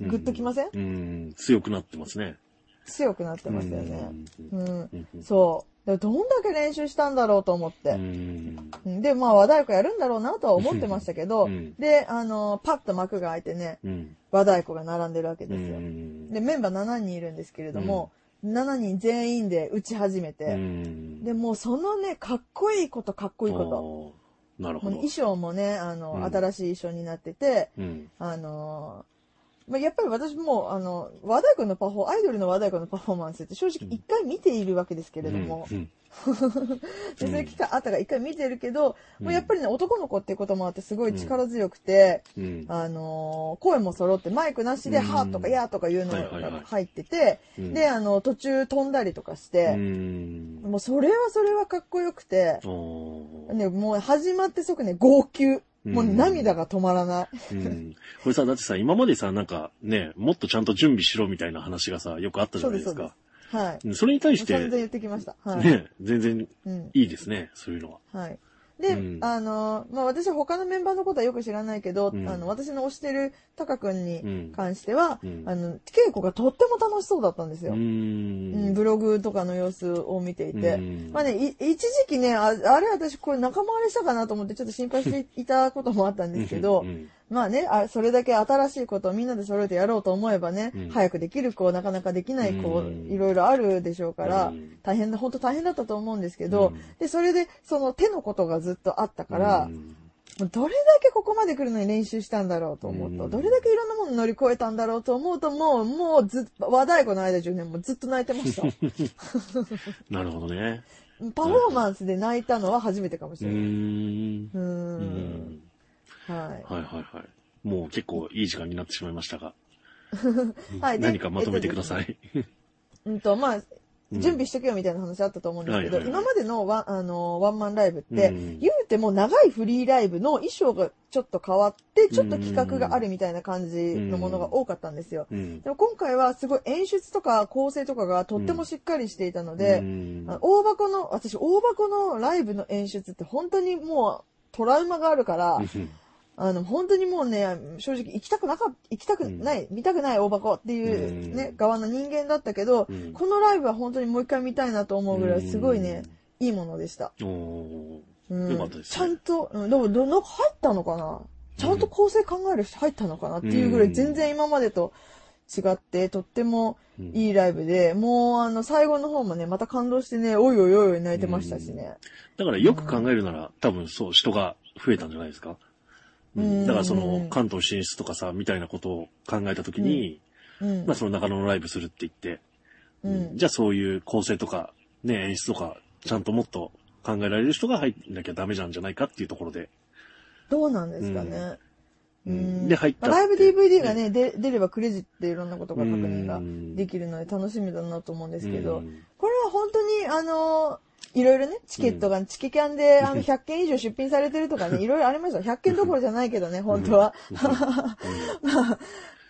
[SPEAKER 1] うん
[SPEAKER 2] グッときません
[SPEAKER 1] うん。強くなってますね。
[SPEAKER 2] 強くなってますよね。うん。
[SPEAKER 1] うん。うん
[SPEAKER 2] そう。でどんだけ練習したんだろうと思って。
[SPEAKER 1] うん。
[SPEAKER 2] うんで、まあ、和太鼓やるんだろうなとは思ってましたけど、
[SPEAKER 1] うん
[SPEAKER 2] で、あのパッと幕が開いてね、
[SPEAKER 1] うん。
[SPEAKER 2] 和太鼓が並んでるわけ
[SPEAKER 1] う
[SPEAKER 2] ですよ。
[SPEAKER 1] ん。
[SPEAKER 2] で、メンバー7人いるんですけれども、7人全員で打ち始め
[SPEAKER 1] う
[SPEAKER 2] て、
[SPEAKER 1] ん
[SPEAKER 2] で、もうそのね、かっこいいことかっこいいこと。
[SPEAKER 1] あーなる
[SPEAKER 2] も
[SPEAKER 1] ほ
[SPEAKER 2] う
[SPEAKER 1] ど
[SPEAKER 2] 衣。装もね、あの、
[SPEAKER 1] うん
[SPEAKER 2] 新しい衣装になってて、
[SPEAKER 1] うん。
[SPEAKER 2] あのまあ、やっぱり私も、あの、和太鼓のパフォー、アイドルの和太鼓のパフォーマンスって正直一回見ているわけですけれども、
[SPEAKER 1] うん。
[SPEAKER 2] でそういう機会あったから一回見てるけど、
[SPEAKER 1] うん
[SPEAKER 2] もうやっぱりね、男の子っていうこともあってすごい力強くて、
[SPEAKER 1] うん。
[SPEAKER 2] あのー声も揃って、マイクなしで、
[SPEAKER 1] うん
[SPEAKER 2] はーとか、やーとかいうの
[SPEAKER 1] はいはいは
[SPEAKER 2] が
[SPEAKER 1] い
[SPEAKER 2] 入ってて、
[SPEAKER 1] うん
[SPEAKER 2] で、あの、途中飛んだりとかし
[SPEAKER 1] う
[SPEAKER 2] て、
[SPEAKER 1] ん。
[SPEAKER 2] もうそれはそれはかっこよくて、
[SPEAKER 1] あー
[SPEAKER 2] ね、もう始まって即ね、号泣。
[SPEAKER 1] うん
[SPEAKER 2] もう涙が止まらない。
[SPEAKER 1] うん。これさ、だってさ、今までさ、なんかね、もっとちゃんと準備しろみたいな話がさ、よくあったじゃないです
[SPEAKER 2] そうで
[SPEAKER 1] か
[SPEAKER 2] す。はい。
[SPEAKER 1] うんそれに対
[SPEAKER 2] も
[SPEAKER 1] し
[SPEAKER 2] う散々
[SPEAKER 1] て、
[SPEAKER 2] 言ってきました。はい。
[SPEAKER 1] ね、全然
[SPEAKER 2] うん。
[SPEAKER 1] いいですね、そういうのは。
[SPEAKER 2] はい。で、
[SPEAKER 1] うん
[SPEAKER 2] あのーまあ、私は他のメンバーのことはよく知らないけど、
[SPEAKER 1] うん
[SPEAKER 2] あの、私の推してるタカ君
[SPEAKER 1] う
[SPEAKER 2] に
[SPEAKER 1] ん。
[SPEAKER 2] 関しては、
[SPEAKER 1] うん
[SPEAKER 2] あの、稽古がとっても楽しそうだったんです
[SPEAKER 1] う
[SPEAKER 2] よ。うん
[SPEAKER 1] ん。
[SPEAKER 2] ブログとかの様子を見ていて。
[SPEAKER 1] うん
[SPEAKER 2] まあね、い一時期ねあ、あれ私これ仲間割れしたかなと思ってちょっと心配していたこともあったんですけど
[SPEAKER 1] う、ん
[SPEAKER 2] まあねあ、それだけ新しいことをみんなで揃えてやろうと思えばね、
[SPEAKER 1] うん
[SPEAKER 2] 早くできる子、なかなかできない子、
[SPEAKER 1] うん
[SPEAKER 2] いろいろあるでしょうから、
[SPEAKER 1] うん
[SPEAKER 2] 大変だ、本当大変だったと思うんですけど、
[SPEAKER 1] うん
[SPEAKER 2] で、それでその手のことがずっとあったから、
[SPEAKER 1] うん
[SPEAKER 2] もうどれだけここまで来るのに練習したんだろうと思うと、
[SPEAKER 1] うん
[SPEAKER 2] どれだけいろんなもの乗り越えたんだろうと思うと、もう、もうずっと、和太鼓の間10年もずっと泣いてま した。
[SPEAKER 1] なるほどね。
[SPEAKER 2] パフォーマンスで泣いたのは初めてかもし
[SPEAKER 1] う
[SPEAKER 2] れない。
[SPEAKER 1] ん。
[SPEAKER 2] うー。
[SPEAKER 1] うんん
[SPEAKER 2] は
[SPEAKER 1] はいはいはい。もう結構いい時間になってしまいましたが、
[SPEAKER 2] い。はい。で
[SPEAKER 1] 何かまとめてくださ。
[SPEAKER 2] えっとですね
[SPEAKER 1] い。
[SPEAKER 2] うんと、まあ、
[SPEAKER 1] うん
[SPEAKER 2] 準備しとけよみたいな話あったと思うんですけど、
[SPEAKER 1] はいはいはい
[SPEAKER 2] 今までのワン、あの、ワンマンライブって、
[SPEAKER 1] うん
[SPEAKER 2] 言うても長いフリーライブの衣装がちょっと変わって、ちょっと企画があるみたいな感じのものが多かったんですよ。
[SPEAKER 1] うん
[SPEAKER 2] でも今回はすごい演出とか構成とかがとってもしっかりしていたの
[SPEAKER 1] う
[SPEAKER 2] で、
[SPEAKER 1] ん
[SPEAKER 2] あの大箱の、私大箱のライブの演出って本当にもうトラウマがあるから、あの、本当にもうね、正直行きたくなかっ行きたくない、見たくない大箱っていうね、
[SPEAKER 1] うん
[SPEAKER 2] 側の人間だったけど、
[SPEAKER 1] うん
[SPEAKER 2] このライブは本当にもう一回見たいなと思うぐらい、すごいね、いいものでした。
[SPEAKER 1] うん。おー
[SPEAKER 2] うん
[SPEAKER 1] よかったですね
[SPEAKER 2] ちゃんと、うん、でも、ど、なんか入ったのかなちゃんと構成考える人入ったのかなっていうぐら
[SPEAKER 1] う
[SPEAKER 2] い、
[SPEAKER 1] ん
[SPEAKER 2] 全然今までと違って、とっても
[SPEAKER 1] うん
[SPEAKER 2] いいライブで、もうあの、最後の方もね、また感動してね、おいおいおいおい泣いてましたしね。
[SPEAKER 1] だからよく考えるなら、多分そう、人が増えたんじゃないですか。う
[SPEAKER 2] うん
[SPEAKER 1] ん、だからそ
[SPEAKER 2] うんう
[SPEAKER 1] の
[SPEAKER 2] ん、
[SPEAKER 1] 関東進出とかさ、みたいなことを考えたときに、
[SPEAKER 2] うん
[SPEAKER 1] まあ。その中野のライブするって言って、
[SPEAKER 2] うん。
[SPEAKER 1] じゃあそういう構成とか、ね、演出とか、ちゃんともっと考えられる人が入んなきゃダメじゃんじゃないかっていうところで。
[SPEAKER 2] どうなんですかね。
[SPEAKER 1] う
[SPEAKER 2] うんん
[SPEAKER 1] で入った
[SPEAKER 2] まあライブ
[SPEAKER 1] っていう
[SPEAKER 2] DVD がね、で出ればクレジットでいろんなことが確認が
[SPEAKER 1] うん
[SPEAKER 2] できるので楽しみだなと思うんですけ
[SPEAKER 1] う
[SPEAKER 2] ど、
[SPEAKER 1] ん
[SPEAKER 2] これは本当に、あのーいろいろね、チケットが、チケキャンで、あの、100件以上出品されてるとかね、いろいろありました。100件どころじゃないけどね、本当は。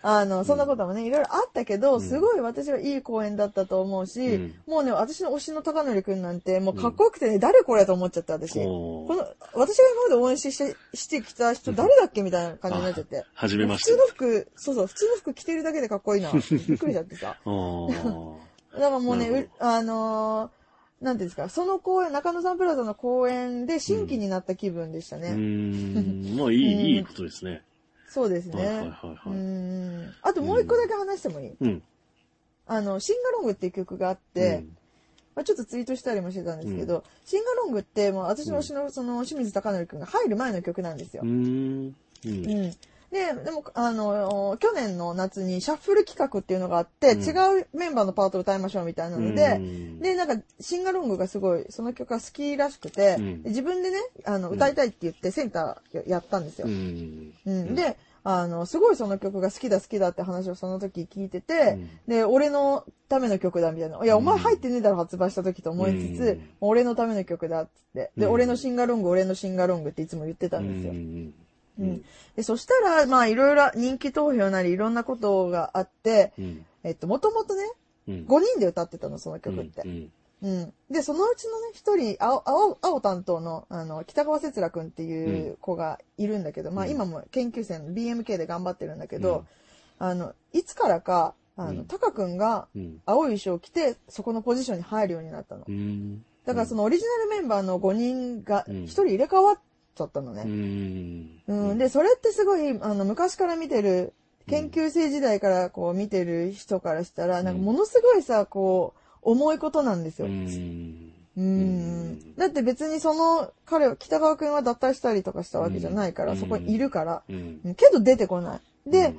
[SPEAKER 2] あの、そんなこともね、いろいろあったけど、
[SPEAKER 1] うん
[SPEAKER 2] すごい私はいい公演だったと思うし、
[SPEAKER 1] うん
[SPEAKER 2] もうね、私の推しの高典くんなんて、もうかっこよくてね、誰これと思っちゃった、私。
[SPEAKER 1] こ
[SPEAKER 2] この、私が今まで応援しして、してきた人誰だっけみたいな感じになっちゃって。
[SPEAKER 1] はじめま
[SPEAKER 2] 普
[SPEAKER 1] し
[SPEAKER 2] 通
[SPEAKER 1] て
[SPEAKER 2] の。服、そうそう、普通の服着てるだけでかっこい いな。びっくりしちゃってさ。
[SPEAKER 1] あー
[SPEAKER 2] だからもうね、
[SPEAKER 1] なる
[SPEAKER 2] うあのーなんていうんですか、その公演、中野サンプラザの公演で新規になった気分でしたね。
[SPEAKER 1] うん。まあいい、いいことですね。
[SPEAKER 2] そうです
[SPEAKER 1] はいはいはい
[SPEAKER 2] ね。う
[SPEAKER 1] はい。
[SPEAKER 2] ん。あともう一個だけ話してもいい、
[SPEAKER 1] うん。
[SPEAKER 2] あの、シンガロングっていう曲があって、まあ、ちょっとツイートしたりもしてたんですけど、シンガロングって、もう私の推しの、その、清水高典くんが入る前の曲なんですよ
[SPEAKER 1] う。ん。うん。
[SPEAKER 2] うん。で、でも、あの、去年の夏にシャッフル企画っていうのがあって、
[SPEAKER 1] うん
[SPEAKER 2] 違うメンバーのパートを歌いましょうみたいなの
[SPEAKER 1] う
[SPEAKER 2] で、
[SPEAKER 1] ん
[SPEAKER 2] で、なんか、シンガロングがすごい、その曲が好きらしくて、
[SPEAKER 1] うん
[SPEAKER 2] で自分でね、あの、
[SPEAKER 1] うん
[SPEAKER 2] 歌いたいって言ってセンターややったんですよ
[SPEAKER 1] う。ん
[SPEAKER 2] うん
[SPEAKER 1] うん
[SPEAKER 2] で、あの、すごいその曲が好きだ好きだって話をその時聞いてて、
[SPEAKER 1] うん
[SPEAKER 2] で、俺のための曲だみたいな。いや、
[SPEAKER 1] うん
[SPEAKER 2] お前入ってねえだろ、発売した時と思いつつ、
[SPEAKER 1] うん
[SPEAKER 2] 俺のための曲だっつって。で、
[SPEAKER 1] うん
[SPEAKER 2] 俺のシンガロング、俺のシンガロングっていつも言ってたんですよ。
[SPEAKER 1] うん
[SPEAKER 2] うんで、そしたら、まあ、いろいろ人気投票なりいろんなことがあって、
[SPEAKER 1] うん
[SPEAKER 2] えっと、もともとね、
[SPEAKER 1] うん
[SPEAKER 2] 5人で歌ってたの、その曲って
[SPEAKER 1] う。ん
[SPEAKER 2] うん。で、そのうちのね、一人、青、青、青担当の、あの、北川節楽くんっていう子がいるんだけど、まあ
[SPEAKER 1] うん
[SPEAKER 2] 今も研究生の BMK で頑張ってるんだけど、あの、いつからか、あ
[SPEAKER 1] う
[SPEAKER 2] の、
[SPEAKER 1] ん
[SPEAKER 2] タカくんが
[SPEAKER 1] うん
[SPEAKER 2] 青い衣装を着て、そこのポジションに入るようになったの
[SPEAKER 1] う。ん
[SPEAKER 2] だからそのオリジナルメンバーの5人が
[SPEAKER 1] うん
[SPEAKER 2] 一人入れ替わっちゃったの
[SPEAKER 1] う
[SPEAKER 2] ね。
[SPEAKER 1] ん
[SPEAKER 2] うん。で、それってすごい、あの、昔から見てる、研究生時代からこう見てる人からしたら、なんかものすごいさ、こう、重いことなんです
[SPEAKER 1] う
[SPEAKER 2] よ。
[SPEAKER 1] ん
[SPEAKER 2] う
[SPEAKER 1] うん
[SPEAKER 2] んだって別にその彼は北川くんは脱退したりとかしたわけじゃないから、
[SPEAKER 1] うん
[SPEAKER 2] そこにいるから、
[SPEAKER 1] うん
[SPEAKER 2] うんけど出てこない。で、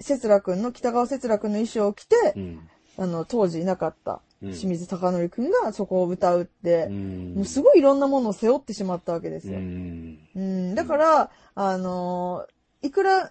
[SPEAKER 2] 節楽くんの北川節楽くんの衣装を着て、
[SPEAKER 1] うん
[SPEAKER 2] あの当時いなかった
[SPEAKER 1] うん
[SPEAKER 2] 清水貴教くんがそこを歌うって、
[SPEAKER 1] うん
[SPEAKER 2] もうすごいいろんなものを背負ってしまったわけです
[SPEAKER 1] う
[SPEAKER 2] よ。
[SPEAKER 1] ん
[SPEAKER 2] うん、だから、あのーいくら、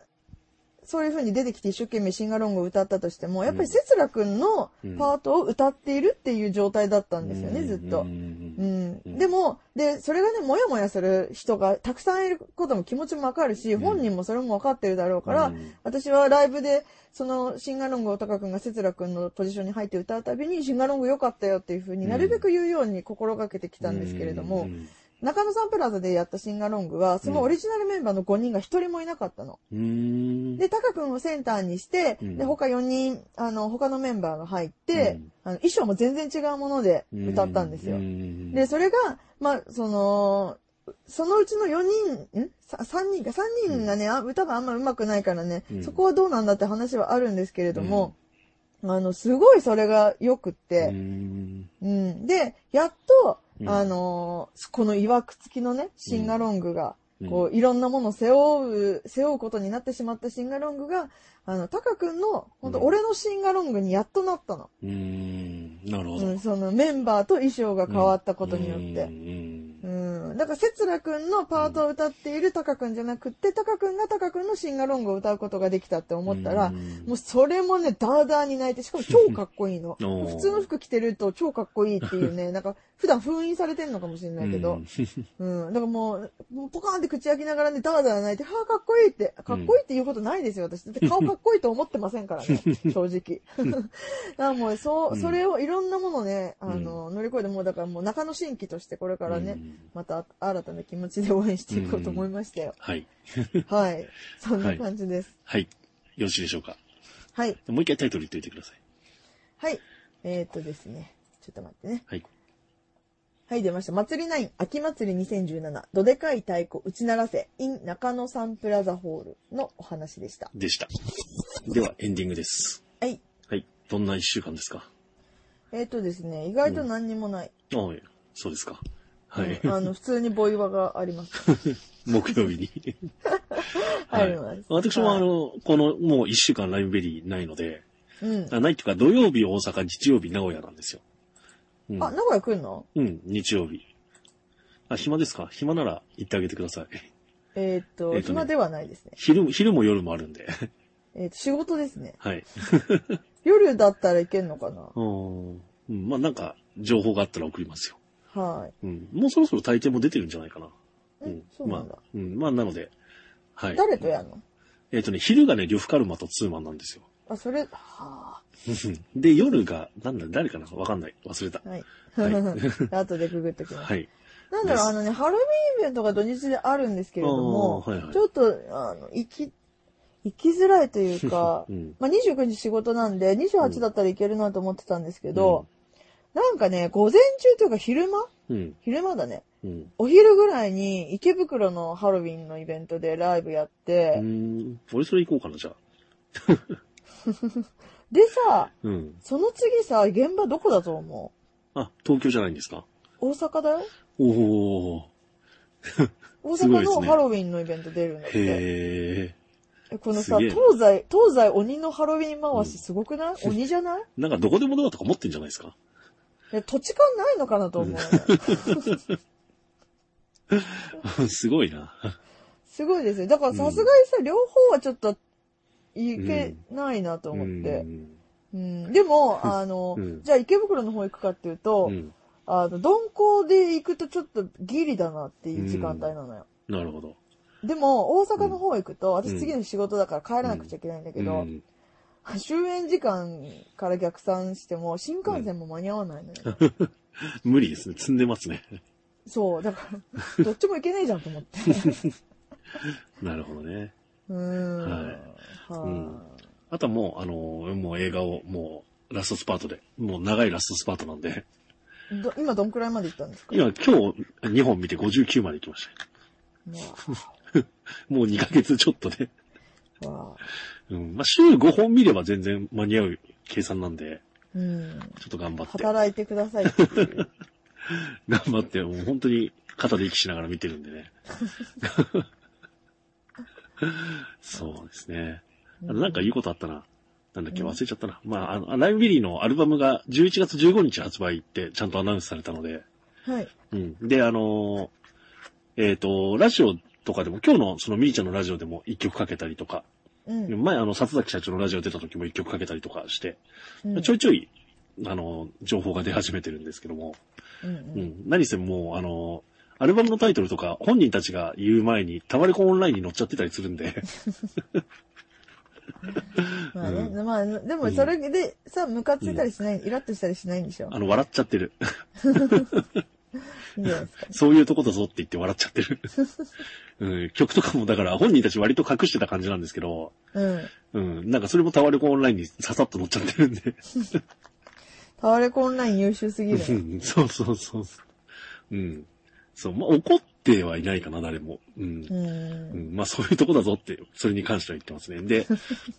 [SPEAKER 2] そういう風に出てきて一生懸命シンガロングを歌ったとしても、やっぱり節楽くんのパートを歌っているっていう状態だったんですよね、ずっと
[SPEAKER 1] う。ん
[SPEAKER 2] うん、
[SPEAKER 1] うん
[SPEAKER 2] でも、で、それがね、もやもやする人がたくさんいることも気持ちもわかるし、
[SPEAKER 1] ん
[SPEAKER 2] 本人もそれもわかってるだろうから、
[SPEAKER 1] うん
[SPEAKER 2] 私はライブで、その、シンガロングをタカ君が節楽君のポジションに入って歌うたびに、シンガロング良かったよっていう風になるべく言うように心がけてきたんですけれども、
[SPEAKER 1] うん
[SPEAKER 2] 中野サンプラザでやったシンガロングは、そのオリジナルメンバーの5人が1人もいなかったの。
[SPEAKER 1] うん
[SPEAKER 2] で、タカ君をセンターにして、
[SPEAKER 1] うん
[SPEAKER 2] で、他4人、あの、他のメンバーが入って、あの衣装も全然違うもので歌ったんですよ。
[SPEAKER 1] うん
[SPEAKER 2] で、それが、まあ、その、そのうちの4人、ん ?3 人か、3人がね、あ歌があんま上手くないからね、
[SPEAKER 1] うん
[SPEAKER 2] そこはどうなんだって話はあるんですけれども、あの、すごいそれが良くっ
[SPEAKER 1] う
[SPEAKER 2] て、
[SPEAKER 1] ん
[SPEAKER 2] うん、で、やっと、
[SPEAKER 1] うん
[SPEAKER 2] あのーこのいわくつきのね、シンガロングが、
[SPEAKER 1] うん
[SPEAKER 2] こう、いろんなものを背負う、背負うことになってしまったシンガロングが、あの、タカ君の、本当
[SPEAKER 1] うん
[SPEAKER 2] 俺のシンガロングにやっとなったの。
[SPEAKER 1] うんなるほど
[SPEAKER 2] うん、そのメンバーと衣装が変わったことによって。
[SPEAKER 1] うん
[SPEAKER 2] うん。だから、節楽くんのパートを歌っているタカくんじゃなくって、タカくんがタカくんのシンガロングを歌うことができたって思ったら、
[SPEAKER 1] うん
[SPEAKER 2] もうそれもね、ダーダーに泣いて、しかも超かっこいいの。
[SPEAKER 1] おー
[SPEAKER 2] 普通の服着てると超かっこいいっていう ね、なんか普段封印されてんのかもしれないけど、うん。だからもう、もうポカーンって口開きながらね、ダーダー泣いて、はあ、かっこいいって、かっこいいって言うことないですよ、私。だって顔かっこいいと思ってません からね、正直。だからもう、そう、それをいろんなものね、あの、乗り越えて、もうだからもう中野新規としてこれからね、
[SPEAKER 1] うん
[SPEAKER 2] また新たな気持ちで応援していこうと思いましたよ。
[SPEAKER 1] はい
[SPEAKER 2] はい。そんな感じです。
[SPEAKER 1] はいよろしいでしょうか
[SPEAKER 2] はい。
[SPEAKER 1] もう一回タイトル言っておいてください
[SPEAKER 2] はい。えー、っとですね。ちょっと待ってね。
[SPEAKER 1] はい
[SPEAKER 2] はい、出ました。祭りナイン、秋祭り2017、どでかい太鼓打ち鳴らせ、in 中野サンプラザホールのお話でした。
[SPEAKER 1] でしたではエンディングです
[SPEAKER 2] はい。
[SPEAKER 1] はいどんな一週間ですか
[SPEAKER 2] えー、っとですね、意外と何にもない。
[SPEAKER 1] ああそうですかはい
[SPEAKER 2] うんあの、普通にボイワがあります。
[SPEAKER 1] 木曜日に
[SPEAKER 2] は
[SPEAKER 1] はい
[SPEAKER 2] い、ます。
[SPEAKER 1] 私もあ
[SPEAKER 2] はい、
[SPEAKER 1] のこのもう一週間ライブベリーないので
[SPEAKER 2] うん。
[SPEAKER 1] あないっていうか土曜日大阪日曜日名古屋なんですようん
[SPEAKER 2] あ、名古屋来んの
[SPEAKER 1] うん、日曜日。あ、暇ですか暇なら行ってあげてください。
[SPEAKER 2] えー、っと、
[SPEAKER 1] えーっとね
[SPEAKER 2] 暇ではないですね。
[SPEAKER 1] 昼も、昼も夜もあるんで。
[SPEAKER 2] えーっと、仕事ですね。
[SPEAKER 1] はい。
[SPEAKER 2] 夜だったらいけんのかな
[SPEAKER 1] うん。うんまあなんか、情報があったら送りますよ。
[SPEAKER 2] はい。
[SPEAKER 1] うん。もうそろそろ大抵も出てるんじゃないかな。
[SPEAKER 2] うんそうなんだ
[SPEAKER 1] まあ、うん。まあなので、はい。
[SPEAKER 2] 誰とやんの
[SPEAKER 1] えっ、とね、昼がね、呂布カルマとツーマンなんですよ。
[SPEAKER 2] あ、それ、はあ。
[SPEAKER 1] で、夜が、なんだ、誰かなわかんない。忘れた。
[SPEAKER 2] はい。
[SPEAKER 1] は
[SPEAKER 2] 後でググってきます。
[SPEAKER 1] はい。
[SPEAKER 2] なんだろう、
[SPEAKER 1] です
[SPEAKER 2] あのね、ハロウィンイベントが土日であるんですけれども、
[SPEAKER 1] あーはいはい、
[SPEAKER 2] ちょっと、あの、行き、行きづらいというか
[SPEAKER 1] うん
[SPEAKER 2] まあ、29日仕事なんで、28だったらいけるなと思ってたんですけど、なんかね、午前中というか昼間
[SPEAKER 1] うん。
[SPEAKER 2] 昼間だね。
[SPEAKER 1] うん。
[SPEAKER 2] お昼ぐらいに池袋のハロウィンのイベントでライブやっ
[SPEAKER 1] う
[SPEAKER 2] て、
[SPEAKER 1] ん。俺それ行こうかな、じゃあ。
[SPEAKER 2] でさ、
[SPEAKER 1] うん。
[SPEAKER 2] その次さ、現場どこだと思
[SPEAKER 1] あ、東京じゃないんですか
[SPEAKER 2] う大阪だよ
[SPEAKER 1] おー。
[SPEAKER 2] 大
[SPEAKER 1] すごい
[SPEAKER 2] 阪
[SPEAKER 1] です
[SPEAKER 2] の
[SPEAKER 1] ね
[SPEAKER 2] ハロウィンのイベント出るんだって。
[SPEAKER 1] へ
[SPEAKER 2] えこのさ、
[SPEAKER 1] すげえ
[SPEAKER 2] 東西、東西鬼のハロウィン回しすごくない、鬼じゃない
[SPEAKER 1] なんかどこでもドアとか持ってんじゃないですか
[SPEAKER 2] いや土地勘ないのかなと思う。
[SPEAKER 1] すごいな。
[SPEAKER 2] すごいですよ。だからさすがにさ、両方はちょっと、いけないなと思って。うんでも、あの、
[SPEAKER 1] うん
[SPEAKER 2] じゃあ池袋の方行くかっていうと、
[SPEAKER 1] うん。
[SPEAKER 2] あの、鈍行で行くとちょっとギリだなっていう時間帯なのよ。
[SPEAKER 1] なるほど。
[SPEAKER 2] でも、大阪の方行くと、
[SPEAKER 1] うん
[SPEAKER 2] 私次の日仕事だから帰らなくちゃいけないんだけど、
[SPEAKER 1] うん
[SPEAKER 2] 終演時間から逆算しても、新幹線も間に合わないのよ。
[SPEAKER 1] 無理ですね。積んでますね。
[SPEAKER 2] そう、だから、どっちも行けねえじゃんと 思って。
[SPEAKER 1] なるほどね。
[SPEAKER 2] うーん。
[SPEAKER 1] はいうん
[SPEAKER 2] はい
[SPEAKER 1] あとはもう、あのーもう映画を、もう、ラストスパートで。もう長いラストスパートなんで。
[SPEAKER 2] ど今どんくらいまで行ったんですか
[SPEAKER 1] 今、今日、2本見て59まで行きました。
[SPEAKER 2] ま
[SPEAKER 1] もう2ヶ月ちょっとで。
[SPEAKER 2] あわあ
[SPEAKER 1] うん。まあ、週5本見れば全然間に合う計算なんで、
[SPEAKER 2] うん。
[SPEAKER 1] ちょっと頑張って。頑
[SPEAKER 2] 働いてくださいっていう。
[SPEAKER 1] 張って、もう本当に肩で息しながら見てるんでね。そうですね。あ なんか言うことあったな。なんだっけ忘れちゃったな。まあ、あの、ライムビリーのアルバムが11月15日発売ってちゃんとアナウンスされたので、
[SPEAKER 2] はい。
[SPEAKER 1] うん。で、あのーえっ、と、ラジオとかでも、今日のそのみーちゃんのラジオでも一曲かけたりとか、
[SPEAKER 2] うん。
[SPEAKER 1] 前あの、里崎社長のラジオ出た時も一曲かけたりとかして、
[SPEAKER 2] うん
[SPEAKER 1] ちょいちょい、あの、情報が出始めてるんですけども、
[SPEAKER 2] うん
[SPEAKER 1] う
[SPEAKER 2] うん
[SPEAKER 1] ん。何せもう、あの、アルバムのタイトルとか本人たちが言う前に、タワレコオンラインに載っちゃってたりするんで、
[SPEAKER 2] まあね、まあ、でもそれでさ、ムカついたりしない、イラッとしたりしないんでしょ
[SPEAKER 1] あの、笑っちゃってる。
[SPEAKER 2] いいんじゃないですか。
[SPEAKER 1] そういうとこだぞって言って笑っちゃってる。うん、曲とかもだから本人たち割と隠してた感じなんですけど、
[SPEAKER 2] うん。
[SPEAKER 1] うん、なんかそれもタワレコオンラインにささっと載っちゃってるんで。
[SPEAKER 2] タワレコオンライン優秀すぎる
[SPEAKER 1] う
[SPEAKER 2] ね。
[SPEAKER 1] んそうそうそうそう。うん。そう、まあ怒ってはいないかな、誰も。うん。
[SPEAKER 2] う。
[SPEAKER 1] うんん、まあそういうとこだぞって、それに関しては言ってますね。で、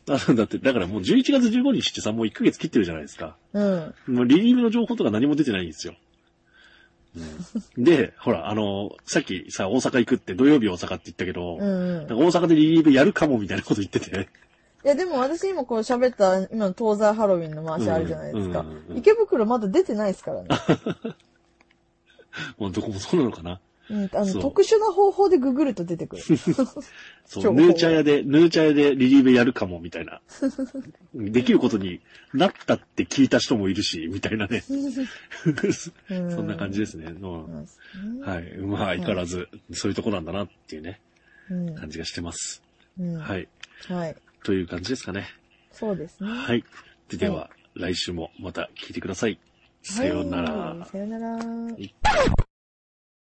[SPEAKER 1] あだって、だからもう11月15日ってさ、もう1ヶ月切ってるじゃないですか。
[SPEAKER 2] うん。
[SPEAKER 1] もうリリーブの情報とか何も出てないんですよ。うん、で、ほら、あの、さっきさ、大阪行くって、土曜日大阪って言ったけど、
[SPEAKER 2] うん。
[SPEAKER 1] なんか大阪でリリーブやるかもみたいなこと言ってて。
[SPEAKER 2] いや、でも私今こう喋った、今の東西ハロウィンの回しあるじゃないですか
[SPEAKER 1] うんうんうん。
[SPEAKER 2] 池袋まだ出てないですからね。
[SPEAKER 1] もうどこもそうなのかな。
[SPEAKER 2] うん、あ
[SPEAKER 1] そう
[SPEAKER 2] の、特殊な方法でググると出てくる。
[SPEAKER 1] そう、
[SPEAKER 2] 情報
[SPEAKER 1] ヌーチャー屋で、ヌーチャー屋でリリーベやるかも、みたいな。できることになったって聞いた人もいるし、みたいなね。 そんな感じですね。うん
[SPEAKER 2] うん
[SPEAKER 1] はい。まあ、相変わらず、そういうとこなんだなっていうね、
[SPEAKER 2] うん
[SPEAKER 1] 感じがしてます。
[SPEAKER 2] うん
[SPEAKER 1] は。
[SPEAKER 2] はいい。
[SPEAKER 1] という感じですかね。
[SPEAKER 2] そうですね。
[SPEAKER 1] はい。ででは、来週もまた聞いてください。さようなら。
[SPEAKER 2] はいさよなら。